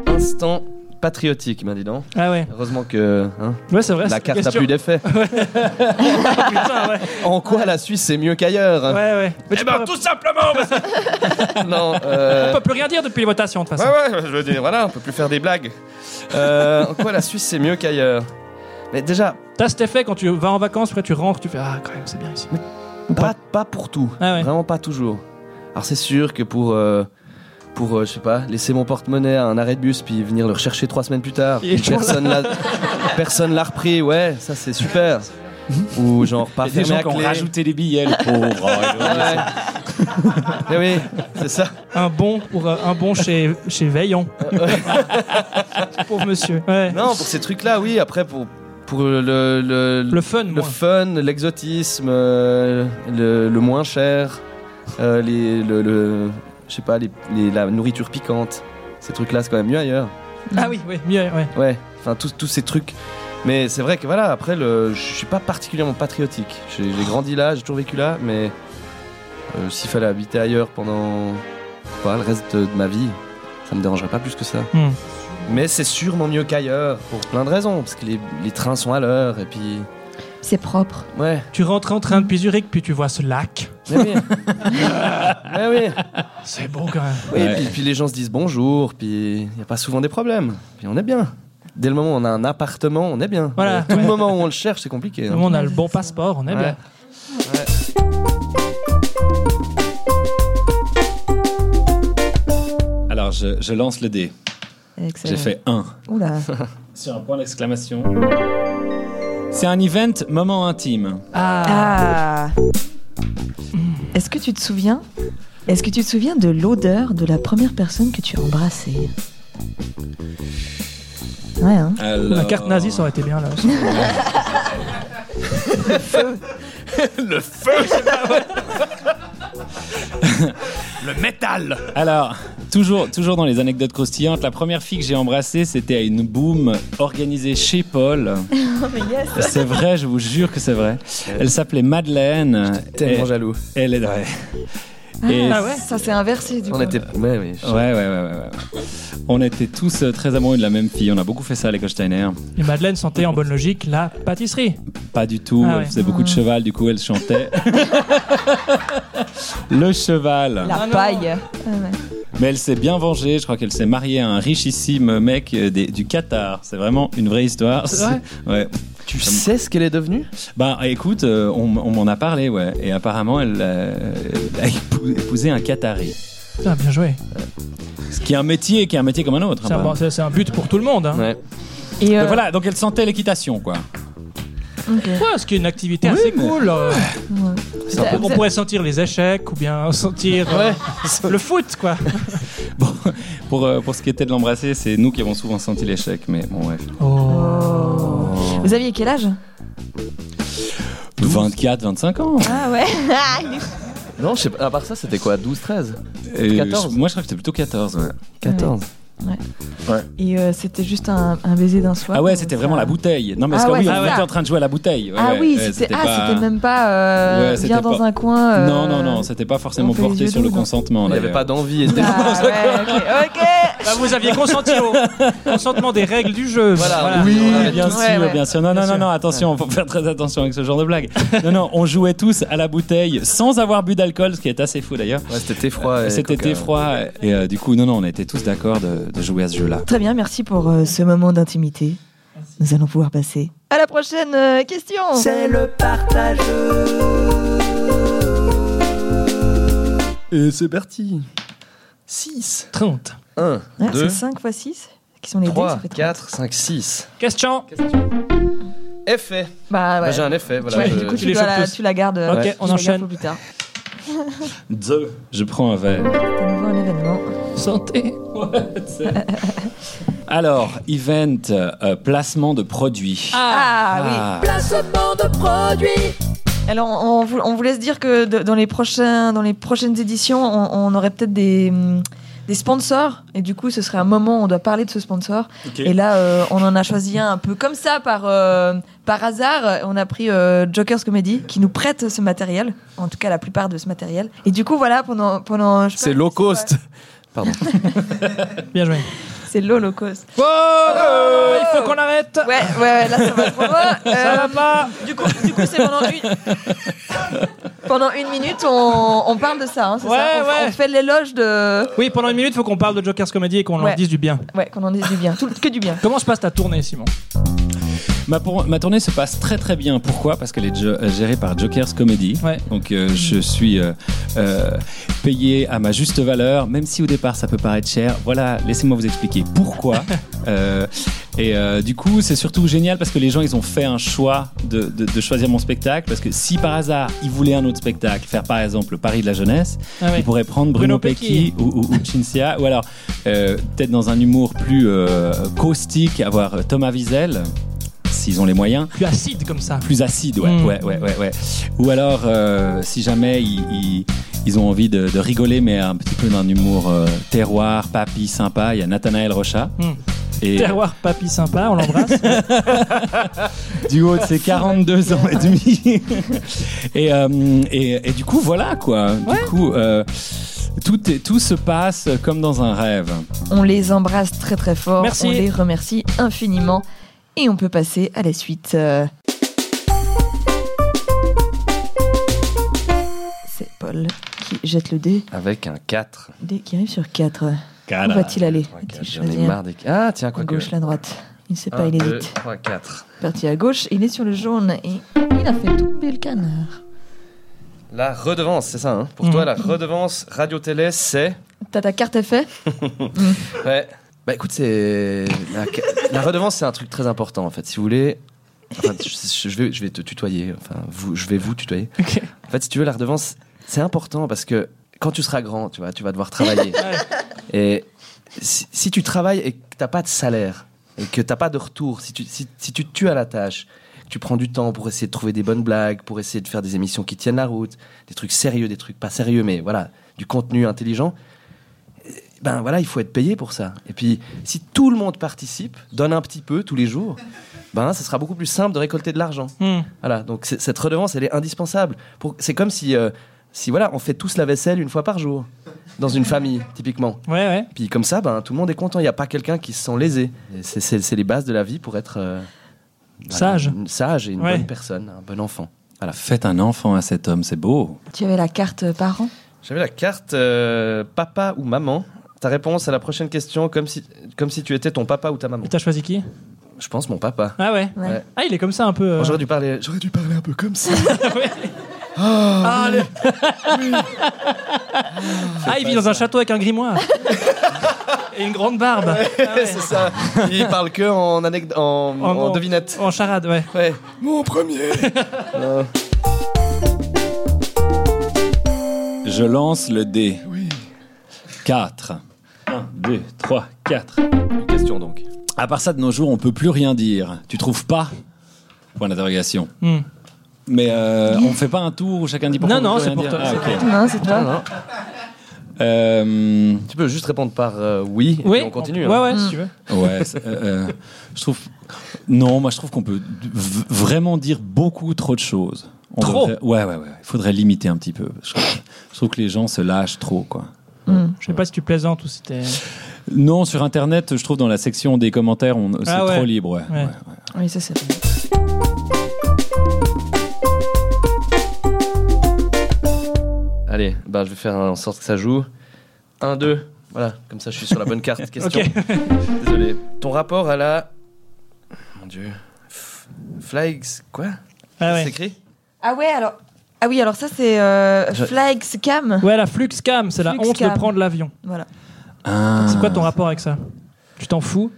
[SPEAKER 5] Instant patriotique, ben dis donc.
[SPEAKER 2] Ah ouais.
[SPEAKER 5] Heureusement que hein,
[SPEAKER 2] Ouais, c'est vrai.
[SPEAKER 5] la
[SPEAKER 2] c'est
[SPEAKER 5] carte
[SPEAKER 2] une
[SPEAKER 5] n'a
[SPEAKER 2] question.
[SPEAKER 5] plus d'effet.
[SPEAKER 2] Putain,
[SPEAKER 5] <laughs>
[SPEAKER 2] ouais.
[SPEAKER 5] En quoi la Suisse est mieux
[SPEAKER 2] Ouais,
[SPEAKER 5] qu'ailleurs
[SPEAKER 2] ouais. Mais tu peux-
[SPEAKER 5] Eh ben, tout simplement parce que- <laughs> Non, euh...
[SPEAKER 2] On peut plus rien dire depuis les votations, de toute façon.
[SPEAKER 5] ouais, je veux dire, voilà, on peut plus faire des blagues. Euh, en quoi la Suisse est mieux qu'ailleurs Mais déjà,
[SPEAKER 2] T'as cet effet quand tu vas en vacances, après tu rentres, tu fais Ah, quand même, c'est bien ici.
[SPEAKER 5] pas, pas pour tout.
[SPEAKER 2] Ah ouais.
[SPEAKER 5] Vraiment pas toujours. Alors c'est sûr que pour, euh, pour euh, je sais pas, laisser mon porte-monnaie à un arrêt de bus puis venir le rechercher trois semaines
[SPEAKER 4] <laughs>
[SPEAKER 5] plus tard,
[SPEAKER 2] Il est toujours
[SPEAKER 5] personne l'a, personne l'a repris, ouais, ça c'est super. Ou genre pas
[SPEAKER 4] Il y a des
[SPEAKER 5] fermé
[SPEAKER 4] gens
[SPEAKER 5] à
[SPEAKER 4] qui ont
[SPEAKER 5] clé. Ah
[SPEAKER 4] rajouté des billets, le pauvre. Oh,
[SPEAKER 5] Ouais. <laughs> Eh oui, c'est ça.
[SPEAKER 2] Un bon pour euh, un bon chez, chez
[SPEAKER 5] <laughs>
[SPEAKER 2] Veillon. <laughs> Pauvre monsieur. Ouais.
[SPEAKER 5] Non, pour ces trucs-là, oui. Après pour pour le le, le,
[SPEAKER 2] Le fun,
[SPEAKER 5] le
[SPEAKER 2] moi.
[SPEAKER 5] fun, l'exotisme, euh, le, le moins cher, euh, les le, le- je sais pas les- les, la nourriture piquante. Ces trucs-là, c'est quand même mieux ailleurs.
[SPEAKER 2] Ah oui, oui, mieux, ouais.
[SPEAKER 5] Ouais, enfin tous, tous ces trucs. Mais c'est vrai que voilà, après, le, je suis pas particulièrement patriotique. J'ai j'ai grandi là, j'ai toujours vécu là, mais euh, s'il fallait habiter ailleurs pendant voilà, le reste de ma vie, ça me dérangerait pas plus que ça.
[SPEAKER 2] Hmm.
[SPEAKER 5] Mais c'est sûrement mieux qu'ailleurs, pour plein de raisons, parce que les, les trains sont à l'heure, et puis.
[SPEAKER 3] C'est propre.
[SPEAKER 5] Ouais,
[SPEAKER 2] Tu rentres en train depuis Zurich, puis tu vois ce lac.
[SPEAKER 5] mais
[SPEAKER 2] <laughs>
[SPEAKER 5] oui. mais oui.
[SPEAKER 2] C'est beau quand même.
[SPEAKER 5] Oui,
[SPEAKER 4] Ouais.
[SPEAKER 5] puis, puis les gens se disent bonjour, puis il n'y a pas souvent des problèmes, puis on est bien. Dès le moment où on a un appartement, on est bien.
[SPEAKER 2] Voilà,
[SPEAKER 5] Mais Tout
[SPEAKER 2] ouais.
[SPEAKER 5] le moment où on le cherche, c'est compliqué. hein.
[SPEAKER 2] Nous, on a le bon passeport, on est
[SPEAKER 5] Ouais.
[SPEAKER 2] bien.
[SPEAKER 4] Alors, je, je lance le dé. J'ai
[SPEAKER 3] Excellent.
[SPEAKER 4] fait un.
[SPEAKER 3] <laughs> Oula.
[SPEAKER 4] Sur un point d'exclamation. C'est un event moment intime.
[SPEAKER 2] Ah,
[SPEAKER 3] Ah. Est-ce que tu te souviens Est-ce que tu te souviens de l'odeur de la première personne que tu as embrassée hein. Ouais, hein.
[SPEAKER 4] Alors...
[SPEAKER 2] la carte nazie, ça aurait été bien là aussi.
[SPEAKER 4] Alors, toujours, toujours dans les anecdotes croustillantes, la première fille que j'ai embrassée, c'était à une boom organisée chez Paul. C'est vrai, je vous jure que c'est vrai. Elle s'appelait Madeleine.
[SPEAKER 5] Tellement
[SPEAKER 4] Et-
[SPEAKER 5] jaloux.
[SPEAKER 4] Elle est ouais. Et-
[SPEAKER 3] bah
[SPEAKER 2] Ah ouais
[SPEAKER 3] Ça s'est inversé du
[SPEAKER 5] On
[SPEAKER 3] coup.
[SPEAKER 5] était. Ouais, oui.
[SPEAKER 4] Ouais, ouais, ouais, ouais, ouais. On était tous euh, très amoureux de la même fille. On a beaucoup fait ça à l'école Steiner.
[SPEAKER 2] Et Madeleine sentait en bonne logique la pâtisserie.
[SPEAKER 4] Pas du tout.
[SPEAKER 2] Ah ouais.
[SPEAKER 4] Elle faisait beaucoup de cheval. Du coup, elle chantait. Le cheval.
[SPEAKER 3] La
[SPEAKER 2] Ah non.
[SPEAKER 3] paille. Ah
[SPEAKER 4] Mais elle s'est bien vengée. Je crois qu'elle s'est mariée à un richissime mec euh, des- du Qatar. C'est vraiment une vraie histoire.
[SPEAKER 2] C'est vrai
[SPEAKER 4] <laughs> ouais.
[SPEAKER 5] Tu sais ce qu'elle est devenue
[SPEAKER 4] Bah écoute, euh, on, on m'en a parlé, ouais. Et apparemment, elle, euh, elle a épou- épousé un Qatari.
[SPEAKER 2] Putain, bien joué.
[SPEAKER 5] Ah
[SPEAKER 4] Ce qui est un métier, qui est un métier comme un autre.
[SPEAKER 2] C'est
[SPEAKER 4] hein,
[SPEAKER 2] un, bon- c'est- c'est un but pour tout le monde. Hein.
[SPEAKER 5] bah. Ouais.
[SPEAKER 3] Et
[SPEAKER 4] bah.
[SPEAKER 3] euh,
[SPEAKER 4] Donc voilà, donc elle sentait l'équitation, quoi. <laughs>
[SPEAKER 3] ok.
[SPEAKER 2] Ouais, ce qui est une activité assez
[SPEAKER 4] mais-
[SPEAKER 2] cool. euh,
[SPEAKER 5] C'est un peu-
[SPEAKER 2] on pourrait sentir les échecs ou bien <laughs> sentir euh, le foot, quoi.
[SPEAKER 4] Bon, pour, euh, pour ce qui était de l'embrasser, c'est nous qui avons souvent senti l'échec, mais bon, bref.
[SPEAKER 5] Oh.
[SPEAKER 4] Oh.
[SPEAKER 3] Vous aviez quel âge
[SPEAKER 4] 24, 25 ans
[SPEAKER 3] Ah ouais.
[SPEAKER 5] Non, je sais pas. À part ça, c'était quoi 12, 13
[SPEAKER 4] Euh,
[SPEAKER 5] 14.
[SPEAKER 4] je- Moi, je crois que c'était plutôt 14, ouais.
[SPEAKER 5] 14.
[SPEAKER 3] Et euh, c'était juste un, un baiser d'un soir.
[SPEAKER 4] Ah ouais,
[SPEAKER 3] euh,
[SPEAKER 4] c'était
[SPEAKER 3] ça-
[SPEAKER 4] vraiment la bouteille. Non, mais parce
[SPEAKER 3] Ah
[SPEAKER 4] que
[SPEAKER 3] ouais,
[SPEAKER 4] oui,
[SPEAKER 3] c'est
[SPEAKER 4] on
[SPEAKER 3] ça.
[SPEAKER 4] était en train de jouer à la bouteille. ouais,
[SPEAKER 3] Ah
[SPEAKER 4] ouais,
[SPEAKER 3] oui,
[SPEAKER 4] ouais,
[SPEAKER 3] c'était ah, c'était même pas
[SPEAKER 4] Ouais,
[SPEAKER 3] euh,
[SPEAKER 4] c'était
[SPEAKER 3] viens dans
[SPEAKER 4] pas-
[SPEAKER 3] un coin. euh,
[SPEAKER 4] Non, non, non, c'était pas forcément
[SPEAKER 3] on fait les
[SPEAKER 4] porté
[SPEAKER 3] yeux
[SPEAKER 4] sur le
[SPEAKER 3] doux, non
[SPEAKER 4] consentement.
[SPEAKER 5] Il n'y avait
[SPEAKER 4] d'ailleurs.
[SPEAKER 5] pas d'envie. et de-
[SPEAKER 3] Ah ouais, ok.
[SPEAKER 4] <laughs>
[SPEAKER 3] ok.
[SPEAKER 2] Bah, vous aviez consenti
[SPEAKER 5] <laughs>
[SPEAKER 2] au consentement des règles du jeu.
[SPEAKER 5] Voilà,
[SPEAKER 4] Oui,
[SPEAKER 5] Ouais,
[SPEAKER 4] Ah, bien sûr,
[SPEAKER 3] ouais, ouais.
[SPEAKER 4] bien sûr. Non,
[SPEAKER 2] Bien
[SPEAKER 4] non,
[SPEAKER 2] sûr.
[SPEAKER 4] non, non, attention, faut faire très attention avec ce genre de blague. Non, non, on jouait tous à la bouteille sans avoir bu d'alcool, ce qui est assez fou d'ailleurs.
[SPEAKER 5] <laughs> Ouais, c'était froid. et
[SPEAKER 4] C'était
[SPEAKER 5] coca.
[SPEAKER 4] été froid et euh, du coup, non, non, on était tous d'accord de, de jouer à ce jeu-là.
[SPEAKER 3] Très bien, merci pour euh, ce moment d'intimité. Nous allons pouvoir passer à la prochaine euh, question.
[SPEAKER 6] C'est le partage.
[SPEAKER 5] Et c'est parti. 6.
[SPEAKER 2] 30.
[SPEAKER 5] 1,
[SPEAKER 3] Ah, c'est
[SPEAKER 5] 2,
[SPEAKER 3] 5 x 6 qui sont les dés, ça
[SPEAKER 5] 3,
[SPEAKER 3] fait trente.
[SPEAKER 5] 4, 5, 6.
[SPEAKER 2] Question.
[SPEAKER 5] Effet.
[SPEAKER 3] Bah ouais.
[SPEAKER 5] Moi, J'ai un effet, voilà.
[SPEAKER 2] Ouais,
[SPEAKER 5] je-
[SPEAKER 3] du coup,
[SPEAKER 2] Tu
[SPEAKER 3] tu,
[SPEAKER 2] les
[SPEAKER 3] dois
[SPEAKER 2] chopes
[SPEAKER 3] la,
[SPEAKER 2] tous.
[SPEAKER 3] tu la gardes. euh,
[SPEAKER 2] Ok, on
[SPEAKER 3] tu la gardes
[SPEAKER 2] enchaîne.
[SPEAKER 3] pour plus tard.
[SPEAKER 4] Deux. Je prends un verre.
[SPEAKER 3] C'est à nouveau un événement.
[SPEAKER 2] Santé.
[SPEAKER 4] Alors, event, euh, placement de produits.
[SPEAKER 3] Ah,
[SPEAKER 4] Ah.
[SPEAKER 6] Placement de produits.
[SPEAKER 3] oui. Alors, on, on vous, on vous laisse dire que de- dans les prochains, dans les prochaines éditions, on, on aurait peut-être des hum, des sponsors et du coup ce serait un moment où on doit parler de ce sponsor et là euh, on en a choisi un un peu comme ça par euh, par hasard on a pris euh, Joker's Comedy qui nous prête ce matériel en tout cas la plupart de ce matériel et du coup voilà pendant pendant je sais
[SPEAKER 5] C'est
[SPEAKER 3] pas,
[SPEAKER 5] low cost. Pardon.
[SPEAKER 2] Bien joué.
[SPEAKER 3] c'est l'Holocauste
[SPEAKER 2] Wow, euh, il faut qu'on arrête.
[SPEAKER 3] ouais ouais, ouais, là ça va trop loin.
[SPEAKER 2] <laughs> Ça
[SPEAKER 3] Euh,
[SPEAKER 2] va pas.
[SPEAKER 3] Du coup, du coup, c'est pendant
[SPEAKER 2] <laughs>
[SPEAKER 3] une... pendant une minute, on, on parle de ça, hein, c'est
[SPEAKER 2] Ouais,
[SPEAKER 3] ça on,
[SPEAKER 2] ouais.
[SPEAKER 3] on fait l'éloge de...
[SPEAKER 2] Oui, pendant une minute, il faut qu'on parle de Joker's Comedy et qu'on en
[SPEAKER 3] Ouais.
[SPEAKER 2] dise du bien.
[SPEAKER 3] Ouais, qu'on en dise du bien, tout, que du bien.
[SPEAKER 2] Comment se passe ta tournée, Simon
[SPEAKER 4] Ma, pour- ma tournée se passe très très bien. Pourquoi Parce qu'elle est jo- euh, gérée par Joker's Comedy.
[SPEAKER 2] Ouais.
[SPEAKER 4] Donc euh, je suis euh, euh, payé à ma juste valeur, même si au départ ça peut paraître cher. Voilà, laissez-moi vous expliquer pourquoi. Euh, et euh, du coup, c'est surtout génial parce que les gens, ils ont fait un choix de, de- de choisir mon spectacle. Parce que si par hasard, ils voulaient un autre spectacle, faire par exemple le Paris de la jeunesse,
[SPEAKER 2] Ah ouais.
[SPEAKER 4] ils pourraient prendre
[SPEAKER 2] Bruno
[SPEAKER 4] Bruno,
[SPEAKER 2] Pecky.
[SPEAKER 4] Pecky ou, ou, ou Cinzia, ou alors euh, peut-être dans un humour plus euh, caustique, avoir Thomas Wiesel, s'ils ont les moyens
[SPEAKER 2] Plus acide comme ça.
[SPEAKER 4] plus acide, ouais,
[SPEAKER 2] Mm.
[SPEAKER 4] ouais, ouais, ouais, ouais. Ou alors, euh, si jamais ils, ils- ils ont envie de, de rigoler, mais un petit peu d'un humour euh, terroir, papy, sympa, il y a Nathanaël Rocha.
[SPEAKER 2] Mm.
[SPEAKER 4] Et
[SPEAKER 2] Terroir papy sympa, on l'embrasse.
[SPEAKER 4] euh, du haut
[SPEAKER 2] <laughs>
[SPEAKER 4] de ses 42 ans et demi. <laughs> et, euh, et, et du coup, voilà, quoi. Du coup, euh, tout, est- tout se passe comme dans un rêve.
[SPEAKER 3] On les embrasse très très fort,
[SPEAKER 2] Merci.
[SPEAKER 3] on les remercie infiniment et on peut passer à la suite. euh. C'est Paul qui jette le dé,
[SPEAKER 5] Avec un 4.
[SPEAKER 3] dé qui arrive sur 4.
[SPEAKER 5] Ah
[SPEAKER 3] Où va-t-il aller
[SPEAKER 5] Un
[SPEAKER 3] Va-t-il
[SPEAKER 5] 4, euh, J'en ai
[SPEAKER 3] choisir
[SPEAKER 5] marre des. Ah, tiens,
[SPEAKER 3] La
[SPEAKER 5] quoi que.
[SPEAKER 3] gauche, la droite Il ne sait pas,
[SPEAKER 5] 1,
[SPEAKER 3] il hésite.
[SPEAKER 5] 2, 3, 4.
[SPEAKER 3] Parti à gauche, il est sur le jaune et il a fait tomber le canard.
[SPEAKER 5] La redevance, c'est ça, hein Pour
[SPEAKER 2] Mhm.
[SPEAKER 5] toi, la redevance radio-télé, c'est.
[SPEAKER 3] T'as ta carte effet
[SPEAKER 5] Ouais. Bah écoute, c'est. La... la redevance, c'est un truc très important, en fait. Si vous voulez. Enfin, je, je vais, je vais te tutoyer. Enfin, vous, je vais vous tutoyer.
[SPEAKER 2] Ok.
[SPEAKER 5] En fait, si tu veux, la redevance, c'est important parce que quand tu seras grand, tu vois, tu vas devoir travailler. Et si, si tu travailles et que t'as pas de salaire et que t'as pas de retour, si tu, si, si tu te tues à la tâche, tu prends du temps pour essayer de trouver des bonnes blagues, pour essayer de faire des émissions qui tiennent la route, des trucs sérieux, des trucs pas sérieux, mais voilà, du contenu intelligent. Euh, Ben voilà, il faut être payé pour ça. Et puis, si tout le monde participe, donne un petit peu tous les jours, ben ça sera beaucoup plus simple de récolter de l'argent.
[SPEAKER 2] Hmm.
[SPEAKER 5] Voilà, donc c'est- cette redevance, elle est indispensable. Pour- C'est comme si, euh, si voilà, on fait tous la vaisselle une fois par jour dans une famille, typiquement.
[SPEAKER 2] Ouais, ouais.
[SPEAKER 5] Puis comme ça, ben, tout le monde est content. Il n'y a pas quelqu'un qui se sent lésé. Et c'est- C'est c'est les bases de la vie pour être euh,
[SPEAKER 2] Sage.
[SPEAKER 5] une- sage et une
[SPEAKER 2] Ouais.
[SPEAKER 5] bonne personne, un bon enfant.
[SPEAKER 4] Faites un enfant à cet homme, c'est beau.
[SPEAKER 3] Tu avais la carte euh, parent
[SPEAKER 5] J'avais la carte euh, papa ou maman. Ta réponse à la prochaine question, comme si, comme si tu étais ton papa ou ta maman.
[SPEAKER 2] Et t'as choisi qui
[SPEAKER 5] Je pense mon papa.
[SPEAKER 2] Ah ouais.
[SPEAKER 3] Ouais.
[SPEAKER 2] Ah, il est comme ça un peu. euh,
[SPEAKER 5] J'aurais dû parler, j'aurais dû parler un peu comme ça.
[SPEAKER 2] Ah, il vit dans un château avec un grimoire. Et une grande barbe. Ah ouais.
[SPEAKER 5] <laughs> C'est ça. Il parle que en anecdote, en,
[SPEAKER 2] En-
[SPEAKER 5] en devinette.
[SPEAKER 2] En charade, ouais.
[SPEAKER 5] Ouais. Mon premier.
[SPEAKER 4] Je lance le dé. Oui. 4. 1, 2, 3, 4.
[SPEAKER 5] Une question donc.
[SPEAKER 4] À part ça, de nos jours, on peut plus rien dire. Tu trouves pas Point d'interrogation.
[SPEAKER 2] Hmm.
[SPEAKER 4] Mais euh, on fait pas un tour où chacun dit pourquoi
[SPEAKER 2] Non, non,
[SPEAKER 4] on peut
[SPEAKER 2] c'est
[SPEAKER 4] rien
[SPEAKER 2] pour
[SPEAKER 4] dire
[SPEAKER 2] toi,
[SPEAKER 4] Ah,
[SPEAKER 2] c'est
[SPEAKER 4] ok.
[SPEAKER 3] Non, c'est toi.
[SPEAKER 4] Euh,
[SPEAKER 5] Tu peux juste répondre par euh, oui. et
[SPEAKER 2] Oui.
[SPEAKER 5] puis on continue.
[SPEAKER 2] Ouais,
[SPEAKER 5] hein.
[SPEAKER 2] ouais, si tu veux.
[SPEAKER 4] ouais, c'est- euh, euh, je trouve. Non, moi je trouve qu'on peut v- vraiment dire beaucoup trop de choses. On
[SPEAKER 2] Trop
[SPEAKER 4] devrait- Ouais, ouais, ouais. Il faudrait limiter un petit peu. Je trouve, je trouve que les gens se lâchent trop, quoi.
[SPEAKER 3] Hmm.
[SPEAKER 2] Je sais pas si tu plaisantes ou si t'es.
[SPEAKER 4] Non, sur Internet, je trouve dans la section des commentaires, on... c'est
[SPEAKER 2] Ah ouais.
[SPEAKER 4] trop libre. ouais,
[SPEAKER 2] Ouais.
[SPEAKER 4] ouais.
[SPEAKER 3] Oui, ça c'est.
[SPEAKER 5] Allez, bah, je vais faire en sorte que ça joue. 1, 2. Voilà, comme ça je suis sur la
[SPEAKER 2] <laughs>
[SPEAKER 5] bonne carte. Question.
[SPEAKER 2] Ok.
[SPEAKER 5] Désolé. Ton rapport à la. Mon dieu. F- Flags. Quoi
[SPEAKER 2] Ah
[SPEAKER 5] C'est
[SPEAKER 2] ouais.
[SPEAKER 5] écrit
[SPEAKER 3] Ah ouais, alors. Ah oui, alors ça c'est euh,
[SPEAKER 5] Je-
[SPEAKER 3] Flag Scam.
[SPEAKER 2] Ouais, la Fluxcam, c'est la
[SPEAKER 3] Fluxcam.
[SPEAKER 2] honte de prendre l'avion.
[SPEAKER 3] Voilà.
[SPEAKER 4] Ah.
[SPEAKER 2] C'est quoi ton rapport avec ça Tu t'en fous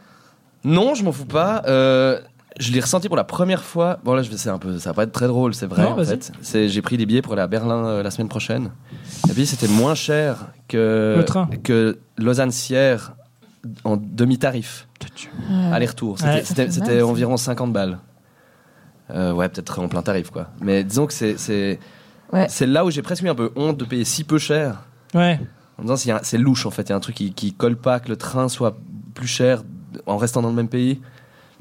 [SPEAKER 5] Non, je m'en fous pas. Euh, je l'ai ressenti pour la première fois. Bon, là, je vais, c'est un peu, ça va pas être très drôle, c'est vrai.
[SPEAKER 2] Non,
[SPEAKER 5] en
[SPEAKER 2] vas-y.
[SPEAKER 5] fait. C'est- J'ai pris les billets pour aller à Berlin euh, la semaine prochaine. Et puis, c'était moins cher que,
[SPEAKER 2] Le train.
[SPEAKER 5] que Lausanne-Sierre en demi-tarif. aller-retour. C'était-
[SPEAKER 2] Ouais.
[SPEAKER 5] C'était
[SPEAKER 3] Ça fait mal,
[SPEAKER 5] c'était
[SPEAKER 3] ça.
[SPEAKER 5] environ 50 balles. Euh, ouais, peut-être en plein tarif, quoi. Mais disons que c'est c'est
[SPEAKER 3] Ouais.
[SPEAKER 5] c'est là où j'ai presque eu un peu honte de payer si peu cher.
[SPEAKER 2] Ouais.
[SPEAKER 5] En me disant, c'est un- c'est louche, en fait. Il y a un truc qui, qui colle pas, que le train soit plus cher en restant dans le même pays.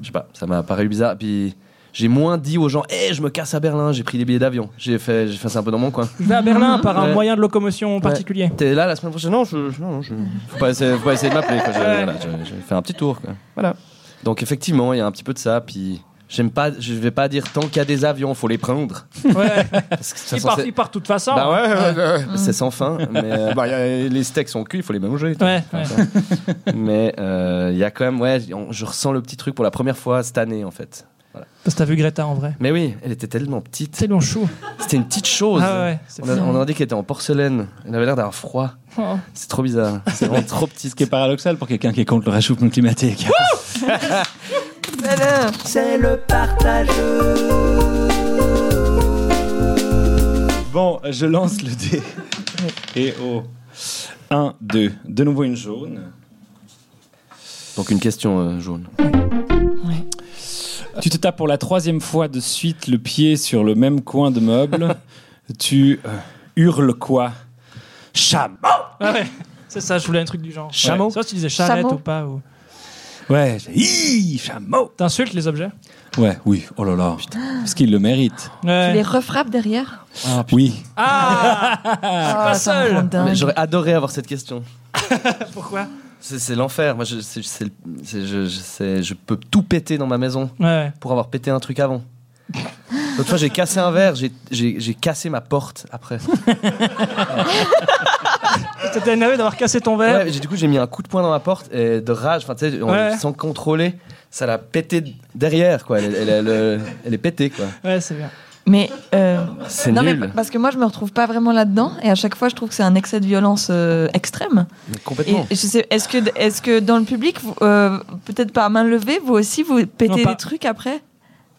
[SPEAKER 5] Je sais pas, ça m'a paru bizarre. Puis j'ai moins dit aux gens, hé, je me casse à Berlin, j'ai pris des billets d'avion. J'ai fait, j'ai fait ça un peu dans mon coin.
[SPEAKER 2] Je vais à Berlin par un
[SPEAKER 5] Ouais.
[SPEAKER 2] moyen de locomotion particulier.
[SPEAKER 5] <laughs> T'es là la semaine prochaine Non, je, je- non, non, je- faut, pas essayer, faut pas essayer de m'appeler. quoi. Je,
[SPEAKER 2] Ouais.
[SPEAKER 5] voilà, je- je vais faire un petit tour. quoi. Voilà. Donc effectivement, il y a un petit peu de ça. Puis j'aime pas, je vais pas dire tant qu'il y a des avions, faut les <laughs> prendre.
[SPEAKER 2] Ouais.
[SPEAKER 5] Parce que, de toute
[SPEAKER 2] Il
[SPEAKER 5] façon,
[SPEAKER 2] part,
[SPEAKER 5] c'est-
[SPEAKER 2] il part de toute façon.
[SPEAKER 5] Bah ouais, ouais, ouais, ouais. c'est sans fin. Mais euh, bah, y a- les steaks sont cuits, il faut les manger. tu vois.
[SPEAKER 2] Ouais, ouais.
[SPEAKER 5] <laughs> Mais euh, il y a quand même, ouais, on- je ressens le petit truc pour la première fois cette année en fait.
[SPEAKER 2] Parce que t'as vu Greta en vrai.
[SPEAKER 5] Mais oui, elle était tellement petite.
[SPEAKER 2] C'est long chou.
[SPEAKER 5] C'était une petite chose.
[SPEAKER 2] Ah ouais, c'est
[SPEAKER 5] On a-
[SPEAKER 2] fou.
[SPEAKER 5] on a dit qu'elle était en porcelaine. Elle avait l'air d'avoir froid.
[SPEAKER 2] Oh.
[SPEAKER 5] C'est trop bizarre. C'est vraiment trop petit.
[SPEAKER 4] Ce qui est paradoxal pour quelqu'un qui est contre le réchauffement climatique.
[SPEAKER 3] Alors,
[SPEAKER 6] c'est le partageux.
[SPEAKER 4] Bon, je lance le dé. Et oh. 1, 2. De nouveau une jaune.
[SPEAKER 5] Donc une question euh, jaune.
[SPEAKER 4] Tu te tapes pour la troisième fois de suite le pied sur le même coin de meuble. <laughs> tu euh, hurles quoi Cham
[SPEAKER 2] Ah ouais. C'est ça, je voulais un truc du genre.
[SPEAKER 5] Chameau.
[SPEAKER 2] Ouais. Soit tu disais charrette
[SPEAKER 3] Chameau.
[SPEAKER 2] ou pas. Ou...
[SPEAKER 4] Ouais, j'ai- Hi, chameau
[SPEAKER 2] T'insultes les objets
[SPEAKER 4] Ouais, oui, oh là là. Parce qu'il le mérite.
[SPEAKER 3] tu
[SPEAKER 2] Ouais.
[SPEAKER 3] les refrappes derrière
[SPEAKER 4] oui.
[SPEAKER 2] Ah
[SPEAKER 3] Ah, ça me
[SPEAKER 2] seul.
[SPEAKER 3] rend dingue.
[SPEAKER 5] Mais J'aurais adoré avoir cette question.
[SPEAKER 2] Pourquoi
[SPEAKER 5] C'est c'est l'enfer. Moi, je, c'est- c'est le- c'est- je, je- c'est- je peux tout péter dans ma maison
[SPEAKER 2] Ouais.
[SPEAKER 5] pour avoir pété un truc avant. L'autre fois, j'ai cassé un verre, j'ai- j'ai j'ai cassé ma porte après.
[SPEAKER 2] T'étais énervé d'avoir cassé ton verre.
[SPEAKER 5] Ouais, j'ai- du coup, j'ai mis un coup de poing dans ma porte et de rage, enfin, tu sais, on-
[SPEAKER 2] Ouais.
[SPEAKER 5] sans contrôler, ça l'a pété derrière, quoi. Elle, elle- elle, euh, elle est pétée, quoi.
[SPEAKER 2] Ouais, c'est bien.
[SPEAKER 3] Mais. euh,
[SPEAKER 5] C'est
[SPEAKER 3] non, mais
[SPEAKER 5] nul.
[SPEAKER 3] parce que moi je me retrouve pas vraiment là-dedans et à chaque fois je trouve que c'est un excès de violence euh, extrême.
[SPEAKER 5] Mais
[SPEAKER 3] Et
[SPEAKER 5] Complètement.
[SPEAKER 3] je sais, est-ce que, est-ce que dans le public, vous, euh, peut-être par main levée, vous aussi vous pétez
[SPEAKER 2] Non, pas-
[SPEAKER 3] des trucs après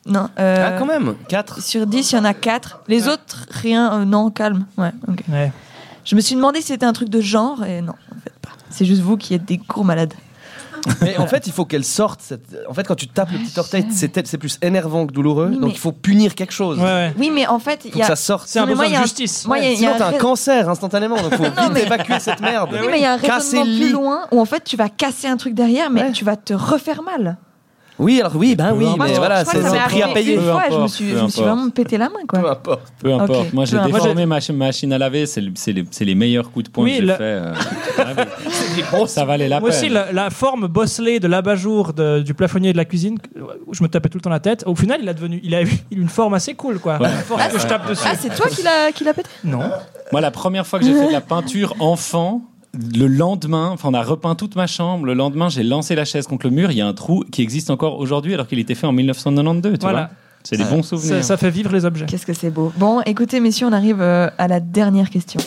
[SPEAKER 3] Non. euh,
[SPEAKER 5] Ah, quand même 4
[SPEAKER 3] Sur 10, il y en a 4. Les autres, rien, euh, non, calme. Ouais, ok.
[SPEAKER 2] Ouais.
[SPEAKER 3] Je me suis demandé si c'était un truc de genre, et non, en fait pas. C'est juste vous qui êtes des gros malades.
[SPEAKER 5] Mais en fait, il faut qu'elle sorte. cette- En fait, quand tu tapes le
[SPEAKER 3] Ouais,
[SPEAKER 5] petit orteil,
[SPEAKER 3] je sais.
[SPEAKER 5] c'est tel- c'est plus énervant que douloureux.
[SPEAKER 3] Oui,
[SPEAKER 5] donc
[SPEAKER 3] Ah, mais-
[SPEAKER 5] il faut punir quelque chose.
[SPEAKER 2] Ouais, ouais.
[SPEAKER 3] Oui, mais en fait,
[SPEAKER 5] Il
[SPEAKER 3] il
[SPEAKER 5] faut
[SPEAKER 3] y
[SPEAKER 5] que
[SPEAKER 3] a.
[SPEAKER 5] ça sorte.
[SPEAKER 2] C'est un
[SPEAKER 3] mais moi,
[SPEAKER 2] besoin
[SPEAKER 3] il y a
[SPEAKER 2] de
[SPEAKER 3] un-
[SPEAKER 2] justice.
[SPEAKER 3] Moi, il y a- il y
[SPEAKER 5] Sinon,
[SPEAKER 3] a un
[SPEAKER 5] t'as un
[SPEAKER 3] rais-
[SPEAKER 5] cancer instantanément. Donc faut
[SPEAKER 3] Non,
[SPEAKER 5] vite
[SPEAKER 3] mais-
[SPEAKER 5] évacuer cette merde.
[SPEAKER 3] Oui, mais il y a un raisonnement
[SPEAKER 5] Cassez-le.
[SPEAKER 3] plus loin où en fait tu vas casser un truc derrière, mais
[SPEAKER 5] Ouais.
[SPEAKER 3] tu vas te refaire mal.
[SPEAKER 5] Oui, alors oui, ben oui,
[SPEAKER 4] Peu
[SPEAKER 5] mais
[SPEAKER 4] importe.
[SPEAKER 3] je
[SPEAKER 5] voilà,
[SPEAKER 3] crois
[SPEAKER 5] c'est
[SPEAKER 3] que ça
[SPEAKER 5] le
[SPEAKER 3] m'est
[SPEAKER 5] prix à
[SPEAKER 3] arrivé
[SPEAKER 5] payer.
[SPEAKER 3] Une
[SPEAKER 4] Peu
[SPEAKER 3] fois, je me
[SPEAKER 4] importe,
[SPEAKER 3] suis,
[SPEAKER 4] peu
[SPEAKER 3] je me suis
[SPEAKER 4] importe.
[SPEAKER 3] vraiment pété la main,
[SPEAKER 5] Peu
[SPEAKER 3] quoi.
[SPEAKER 5] importe.
[SPEAKER 4] Peu
[SPEAKER 3] Ok.
[SPEAKER 4] importe. Moi, j'ai
[SPEAKER 3] Peu importe.
[SPEAKER 4] déformé ma chi- machine à laver. C'est le- c'est les, c'est les meilleurs coups de poing
[SPEAKER 2] Oui,
[SPEAKER 4] que j'ai
[SPEAKER 2] la-
[SPEAKER 4] fait. euh, ça valait la
[SPEAKER 2] Moi
[SPEAKER 4] peine.
[SPEAKER 2] aussi, la, la forme bosselée de l'abat-jour de- du plafonnier de la cuisine, où je me tapais tout le temps la tête, au final, il a, devenu, il a eu une forme assez cool, quoi.
[SPEAKER 4] Ouais.
[SPEAKER 2] La forme
[SPEAKER 4] Ah,
[SPEAKER 2] que je tape dessus.
[SPEAKER 3] Ah, c'est toi qui l'a qui l'a pété
[SPEAKER 2] non.
[SPEAKER 4] Moi, la première fois que j'ai fait de la peinture enfant, le lendemain, enfin, on a repeint toute ma chambre. Le lendemain, j'ai lancé la chaise contre le mur. Il y a un trou qui existe encore aujourd'hui, alors qu'il était fait en 1992. Tu
[SPEAKER 2] Voilà.
[SPEAKER 4] vois C'est des bons
[SPEAKER 2] Ça,
[SPEAKER 4] souvenirs.
[SPEAKER 2] ça fait vivre les objets.
[SPEAKER 3] Qu'est-ce que c'est beau. Bon, écoutez, messieurs, on arrive euh, à la dernière question.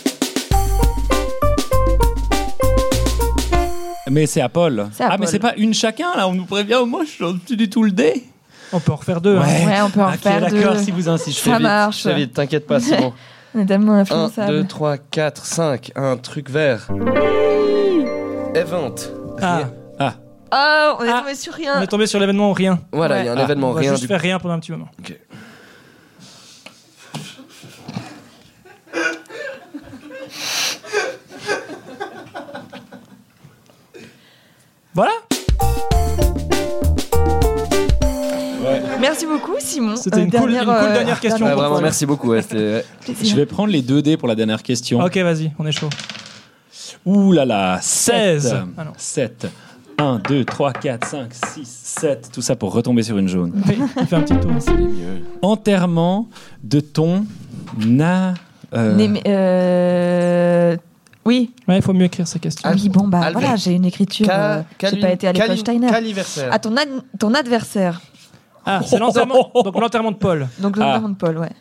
[SPEAKER 4] Mais c'est à Paul.
[SPEAKER 3] C'est à
[SPEAKER 4] ah, mais
[SPEAKER 3] Paul.
[SPEAKER 4] c'est pas une chacun, là. On nous prévient. Moi, je suis plus du tout le dé.
[SPEAKER 2] On peut en refaire deux. hein.
[SPEAKER 4] Ouais.
[SPEAKER 3] Ouais, on peut en
[SPEAKER 4] Ah, ok,
[SPEAKER 3] refaire
[SPEAKER 4] d'accord,
[SPEAKER 3] deux.
[SPEAKER 4] si vous insistez.
[SPEAKER 3] Ça
[SPEAKER 4] vite.
[SPEAKER 3] marche.
[SPEAKER 5] C'est vite, t'inquiète pas, c'est bon.
[SPEAKER 3] On est tellement
[SPEAKER 5] 1,
[SPEAKER 3] influençables.
[SPEAKER 5] 2, 3, 4, 5, un truc vert. Event.
[SPEAKER 2] Ah,
[SPEAKER 3] Oh, on est
[SPEAKER 2] Ah.
[SPEAKER 3] tombé sur
[SPEAKER 2] on
[SPEAKER 3] rien.
[SPEAKER 2] est tombé sur l'événement rien.
[SPEAKER 5] Voilà, il
[SPEAKER 3] Ouais.
[SPEAKER 5] y a un
[SPEAKER 4] Ah,
[SPEAKER 5] événement,
[SPEAKER 2] on va
[SPEAKER 5] rien
[SPEAKER 2] juste
[SPEAKER 5] du
[SPEAKER 2] faire rien pendant un petit moment. Voilà,
[SPEAKER 3] Merci beaucoup, Simon.
[SPEAKER 2] c'était
[SPEAKER 3] Euh,
[SPEAKER 2] une, cool, une cool
[SPEAKER 3] euh,
[SPEAKER 2] dernière question.
[SPEAKER 5] Ouais,
[SPEAKER 2] pour
[SPEAKER 5] Ah, vraiment,
[SPEAKER 2] toi.
[SPEAKER 5] merci beaucoup. ouais, c'était- ouais.
[SPEAKER 3] plaisir.
[SPEAKER 4] Je vais prendre les deux dés pour la dernière question.
[SPEAKER 2] Ok, vas-y, on est chaud.
[SPEAKER 4] Ouh là là,
[SPEAKER 2] 16.
[SPEAKER 4] 16.
[SPEAKER 2] Ah non.
[SPEAKER 4] 7. 1, 2, 3, 4, 5, 6, 7. Tout ça pour retomber sur une jaune.
[SPEAKER 2] Oui, on fait un petit tour.
[SPEAKER 4] Enterrement de ton na. euh,
[SPEAKER 3] Né- mais, euh, Oui,
[SPEAKER 2] Ouais, il faut mieux écrire ces questions.
[SPEAKER 4] Ah,
[SPEAKER 3] oui, bon, bah
[SPEAKER 5] Albert.
[SPEAKER 3] voilà, j'ai une écriture.
[SPEAKER 5] Ca-
[SPEAKER 3] euh, J'ai
[SPEAKER 5] Cali-
[SPEAKER 3] pas été à l'école
[SPEAKER 5] Cali-
[SPEAKER 3] Steiner.
[SPEAKER 5] Caliversaire.
[SPEAKER 3] À ton, ad- ton adversaire,
[SPEAKER 2] Ah, c'est l'enterrement. Donc l'enterrement de Paul.
[SPEAKER 3] donc
[SPEAKER 4] Ah.
[SPEAKER 3] l'enterrement de Paul, ouais.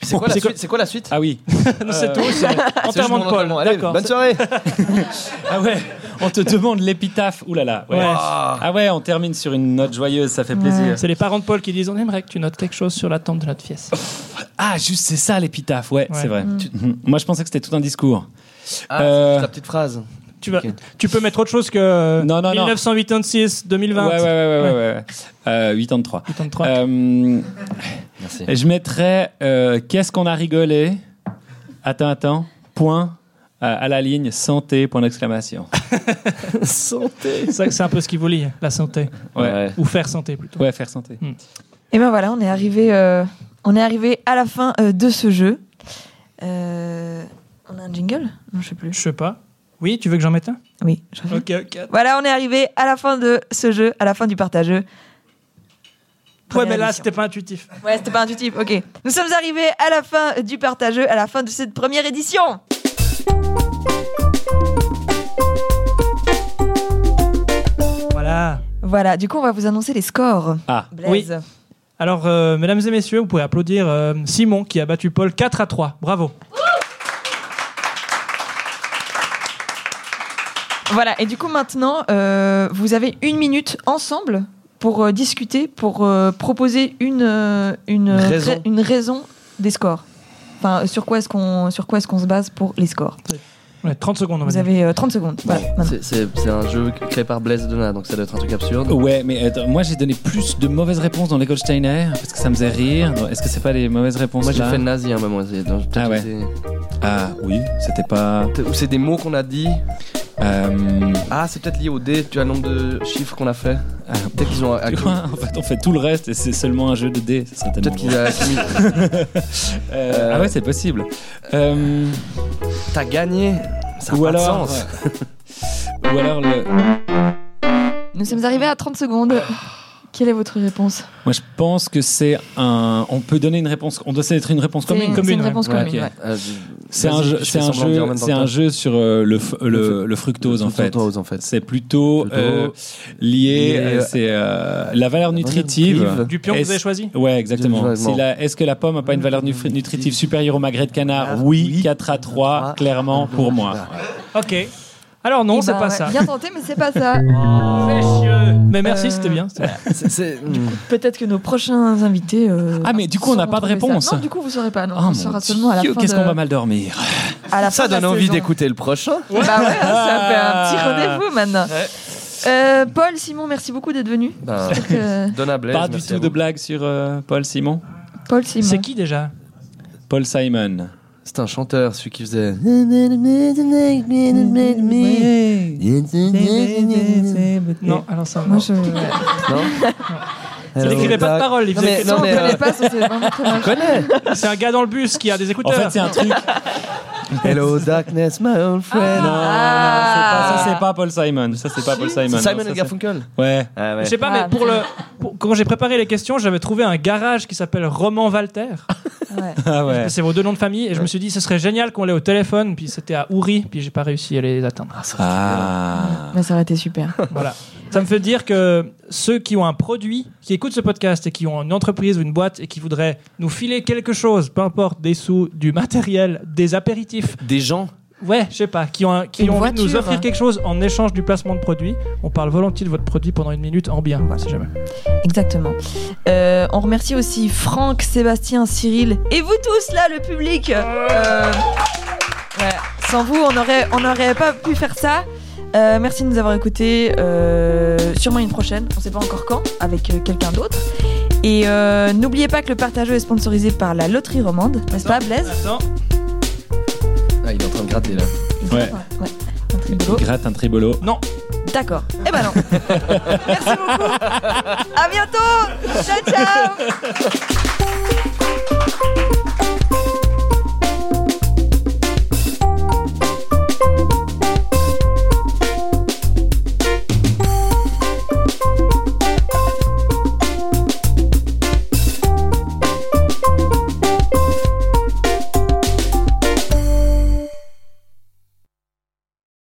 [SPEAKER 5] C'est quoi, la
[SPEAKER 2] C'est quoi-
[SPEAKER 5] suite C'est quoi la suite
[SPEAKER 4] Ah oui.
[SPEAKER 2] <laughs> Non, c'est
[SPEAKER 4] Euh,
[SPEAKER 2] tout. c'est Enterrement de Paul.
[SPEAKER 5] Allez,
[SPEAKER 2] D'accord.
[SPEAKER 5] bonne <laughs> soirée.
[SPEAKER 4] Ah ouais, on te demande l'épitaphe. Ouh là là. ouais.
[SPEAKER 2] Ouais.
[SPEAKER 4] Ah ouais, on termine sur une note joyeuse, ça fait plaisir.
[SPEAKER 2] C'est les parents de Paul qui disent on aimerait que tu notes quelque chose sur la tente de notre pièce.
[SPEAKER 4] Ah, juste c'est ça l'épitaphe, ouais,
[SPEAKER 2] Ouais.
[SPEAKER 4] c'est vrai.
[SPEAKER 3] Mm.
[SPEAKER 4] Tu- Mhm. Moi je pensais que c'était tout un discours.
[SPEAKER 5] Ah,
[SPEAKER 4] Euh,
[SPEAKER 5] c'est ta petite phrase.
[SPEAKER 2] Tu, vas,
[SPEAKER 5] Ok.
[SPEAKER 2] tu peux mettre autre chose que
[SPEAKER 4] Non, non, non.
[SPEAKER 2] 1986,
[SPEAKER 4] Ouais, ouais,
[SPEAKER 2] 2020,
[SPEAKER 4] ouais, ouais, ouais. ouais. Euh, 8 ans de Euh, 3.
[SPEAKER 2] 83.
[SPEAKER 5] Merci.
[SPEAKER 4] je mettrais euh, Qu'est-ce qu'on a rigolé Attends, attends. Point. euh, à la ligne, santé, point
[SPEAKER 5] <laughs>
[SPEAKER 4] d'exclamation.
[SPEAKER 5] Santé.
[SPEAKER 2] C'est vrai que c'est un peu ce qui vous lie, la santé.
[SPEAKER 4] Ouais.
[SPEAKER 5] Ouais.
[SPEAKER 2] Ou faire santé plutôt.
[SPEAKER 4] Ouais, faire santé.
[SPEAKER 3] Et ben voilà, on est arrivé, euh, on est arrivé à la fin euh, de ce jeu. Euh, on a un jingle Non, je sais plus.
[SPEAKER 2] Je sais pas. Oui, tu veux que j'en mette un
[SPEAKER 3] Oui, je reviens.
[SPEAKER 2] Ok, ok.
[SPEAKER 3] Voilà, on est arrivé à la fin de ce jeu, à la fin du partageux.
[SPEAKER 2] Ouais,
[SPEAKER 3] Première
[SPEAKER 2] mais là,
[SPEAKER 3] émission.
[SPEAKER 2] c'était pas intuitif.
[SPEAKER 3] Ouais, c'était pas intuitif, ok. Nous sommes arrivés à la fin du partageux, à la fin de cette première édition.
[SPEAKER 2] Voilà.
[SPEAKER 3] Voilà, du coup, on va vous annoncer les scores.
[SPEAKER 4] Ah,
[SPEAKER 3] Blaise.
[SPEAKER 2] Alors, euh, mesdames et messieurs, vous pouvez applaudir euh, Simon qui a battu Paul 4 à 3. Bravo.
[SPEAKER 3] Voilà, et du coup, maintenant, euh, vous avez une minute ensemble pour euh, discuter, pour euh, proposer une, euh, une, euh,
[SPEAKER 5] Raison.
[SPEAKER 3] ra- une raison des scores. Enfin, sur quoi est-ce qu'on sur quoi est-ce qu'on se base pour les scores
[SPEAKER 2] Ouais, 30 secondes, on va
[SPEAKER 3] Vous
[SPEAKER 2] dire.
[SPEAKER 3] avez euh, 30 secondes. Voilà, maintenant.
[SPEAKER 5] C'est- C'est c'est un jeu créé par Blaise Donat, donc ça doit être un truc absurde.
[SPEAKER 4] Ouais, mais attends, moi j'ai donné plus de mauvaises réponses dans l'école Steiner parce que ça me faisait rire. Est-ce que c'est pas les mauvaises réponses
[SPEAKER 5] Moi j'ai
[SPEAKER 4] là
[SPEAKER 5] fait nazi à un moment. c'est- donc peut-être
[SPEAKER 4] Ah ouais.
[SPEAKER 5] que c'est-
[SPEAKER 4] Ah oui, c'était pas.
[SPEAKER 5] peut-être- Ou c'est des mots qu'on a dit.
[SPEAKER 4] euh,
[SPEAKER 5] Ah, c'est peut-être lié au dé, tu as le nombre de chiffres qu'on a fait.
[SPEAKER 4] ah,
[SPEAKER 5] Peut-être qu'ils ont
[SPEAKER 4] tu <laughs>
[SPEAKER 5] accumulé.
[SPEAKER 4] vois, en fait, on fait tout le reste et c'est seulement un jeu de dés. ça serait
[SPEAKER 5] Peut-être
[SPEAKER 4] tellement
[SPEAKER 5] qu'ils ont accumulé.
[SPEAKER 4] bon. Euh, Ah ouais, c'est possible. Euh,
[SPEAKER 5] <laughs> T'as gagné Ça a
[SPEAKER 4] ou
[SPEAKER 5] pas
[SPEAKER 4] alors.
[SPEAKER 5] de sens
[SPEAKER 4] ouais. <laughs> ou alors le.
[SPEAKER 3] Nous sommes arrivés à 30 secondes. Quelle est votre réponse
[SPEAKER 4] Moi, je pense que c'est un. On peut donner une réponse. On doit être une réponse
[SPEAKER 3] C'est
[SPEAKER 4] commune.
[SPEAKER 3] c'est
[SPEAKER 2] commune,
[SPEAKER 3] une
[SPEAKER 2] ouais.
[SPEAKER 3] réponse
[SPEAKER 4] Ouais,
[SPEAKER 3] commune.
[SPEAKER 4] ok.
[SPEAKER 3] ouais.
[SPEAKER 5] Euh, je-
[SPEAKER 4] C'est
[SPEAKER 5] vas-y,
[SPEAKER 4] un jeu.
[SPEAKER 5] je fais
[SPEAKER 4] C'est un
[SPEAKER 5] semblant de
[SPEAKER 4] jeu.
[SPEAKER 5] dire en même temps
[SPEAKER 4] C'est
[SPEAKER 5] que
[SPEAKER 4] un
[SPEAKER 5] toi.
[SPEAKER 4] jeu sur euh, le, f- le, le fructose en
[SPEAKER 5] Plutôt
[SPEAKER 4] fait.
[SPEAKER 5] toi, en fait. Oh,
[SPEAKER 4] C'est plutôt,
[SPEAKER 5] Plutôt,
[SPEAKER 4] euh, lié.
[SPEAKER 5] lié,
[SPEAKER 4] euh, c'est euh, la valeur nutritive.
[SPEAKER 5] nutritive.
[SPEAKER 2] Du pion que
[SPEAKER 4] Est-ce-
[SPEAKER 2] vous avez choisi
[SPEAKER 4] Ouais, exactement.
[SPEAKER 5] Je- je-
[SPEAKER 4] C'est la- Est-ce que la pomme n'a pas une valeur nu- nutritive supérieure au magret de canard Oui, 4 à Ah, 3, clairement pour moi.
[SPEAKER 2] Ok. Alors, non,
[SPEAKER 3] Eh
[SPEAKER 2] c'est
[SPEAKER 3] ben,
[SPEAKER 2] pas
[SPEAKER 3] ouais,
[SPEAKER 2] ça.
[SPEAKER 3] Bien tenté, mais c'est pas ça.
[SPEAKER 2] Mais merci,
[SPEAKER 3] Euh,
[SPEAKER 2] c'était bien. c'était bien.
[SPEAKER 5] C'est- c'est- hmm.
[SPEAKER 3] Peut-être que nos prochains invités. euh,
[SPEAKER 4] Ah, mais du coup, on n'a
[SPEAKER 3] sauront
[SPEAKER 4] pas de
[SPEAKER 3] trouver ça.
[SPEAKER 4] réponse.
[SPEAKER 3] Non, du coup, vous saurez pas. Non,
[SPEAKER 4] Ah,
[SPEAKER 3] on
[SPEAKER 4] mon
[SPEAKER 3] saura seulement à la
[SPEAKER 4] Dieu,
[SPEAKER 3] fin.
[SPEAKER 4] Qu'est-ce
[SPEAKER 3] de-
[SPEAKER 4] qu'on va mal dormir
[SPEAKER 3] à la fin
[SPEAKER 5] Ça
[SPEAKER 3] de la
[SPEAKER 5] donne envie
[SPEAKER 3] saison.
[SPEAKER 5] <laughs> d'écouter le prochain.
[SPEAKER 4] Ah.
[SPEAKER 3] Bah ouais, ça fait un petit rendez-vous maintenant. Euh, Paul, Simon, merci beaucoup d'être venu.
[SPEAKER 5] Ben,
[SPEAKER 3] Euh,
[SPEAKER 5] Donna Blaise,
[SPEAKER 4] Pas du
[SPEAKER 5] merci
[SPEAKER 4] tout
[SPEAKER 5] à
[SPEAKER 4] de
[SPEAKER 5] vous.
[SPEAKER 4] blague sur euh, Paul Simon.
[SPEAKER 3] Paul, Simon.
[SPEAKER 2] C'est qui déjà
[SPEAKER 4] Paul Simon.
[SPEAKER 5] C'est un chanteur, celui qui <laughs> faisait.
[SPEAKER 2] Non, alors ça.
[SPEAKER 3] Moi, je
[SPEAKER 5] Non
[SPEAKER 2] Il n'écrivait pas de paroles, il
[SPEAKER 5] Non,
[SPEAKER 2] faisait
[SPEAKER 5] mais-
[SPEAKER 2] que
[SPEAKER 5] non,
[SPEAKER 3] on
[SPEAKER 5] mais,
[SPEAKER 3] connaît
[SPEAKER 5] euh,
[SPEAKER 3] pas, ça, c'est vraiment
[SPEAKER 4] Ah,
[SPEAKER 3] très mal.
[SPEAKER 5] Connais
[SPEAKER 2] C'est un gars dans le bus qui a des
[SPEAKER 4] En
[SPEAKER 2] écouteurs.
[SPEAKER 4] fait, c'est un truc.
[SPEAKER 5] Hello darkness, my old friend.
[SPEAKER 4] Non, non, non,
[SPEAKER 3] Ah.
[SPEAKER 4] c'est pas- ça c'est pas Paul Simon. Ça c'est pas Paul Simon.
[SPEAKER 5] C'est Simon
[SPEAKER 4] Non,
[SPEAKER 5] et
[SPEAKER 4] ça,
[SPEAKER 5] Garfunkel.
[SPEAKER 4] c'est- Ouais. <laughs>
[SPEAKER 5] Ah ouais.
[SPEAKER 2] Je sais pas,
[SPEAKER 3] Ah,
[SPEAKER 2] mais pour le, pour- quand j'ai préparé les questions, j'avais trouvé un garage qui s'appelle Roman Walter.
[SPEAKER 3] Ouais.
[SPEAKER 4] Ah ouais.
[SPEAKER 2] C'est vos deux noms de famille, et je me suis dit ce serait génial qu'on l'ait au téléphone. Puis c'était à Ouri, puis j'ai pas réussi à les atteindre.
[SPEAKER 4] Ah.
[SPEAKER 3] Mais ça aurait été super.
[SPEAKER 2] Voilà. Ça me fait dire que ceux qui ont un produit, qui écoutent ce podcast et qui ont une entreprise ou une boîte et qui voudraient nous filer quelque chose, peu importe des sous, du matériel, des apéritifs,
[SPEAKER 5] Des gens.
[SPEAKER 2] ouais, je sais pas, qui ont, un- qui
[SPEAKER 3] Une
[SPEAKER 2] ont envie de nous
[SPEAKER 3] voiture.
[SPEAKER 2] offrir quelque chose en échange du placement de produit, on parle volontiers de votre produit pendant une minute en bien, si jamais.
[SPEAKER 3] Exactement. Euh, on remercie aussi Franck, Sébastien, Cyril et vous tous là, le public. Euh, ouais. Sans vous, on n'aurait on n'aurait pas pu faire ça. Euh, merci de nous avoir écoutés. Euh, sûrement une prochaine, on ne sait pas encore quand, avec euh, quelqu'un d'autre. Et euh, n'oubliez pas que le partageux est sponsorisé par la Loterie Romande, n'est-ce pas, Blaise
[SPEAKER 2] Attends,
[SPEAKER 5] Ah, il est en train de gratter là.
[SPEAKER 4] Ouais.
[SPEAKER 3] Ouais. Un tribolo.
[SPEAKER 4] Il gratte un tribolo.
[SPEAKER 3] D'accord. Eh ben non. Merci beaucoup. À bientôt. Ciao, ciao.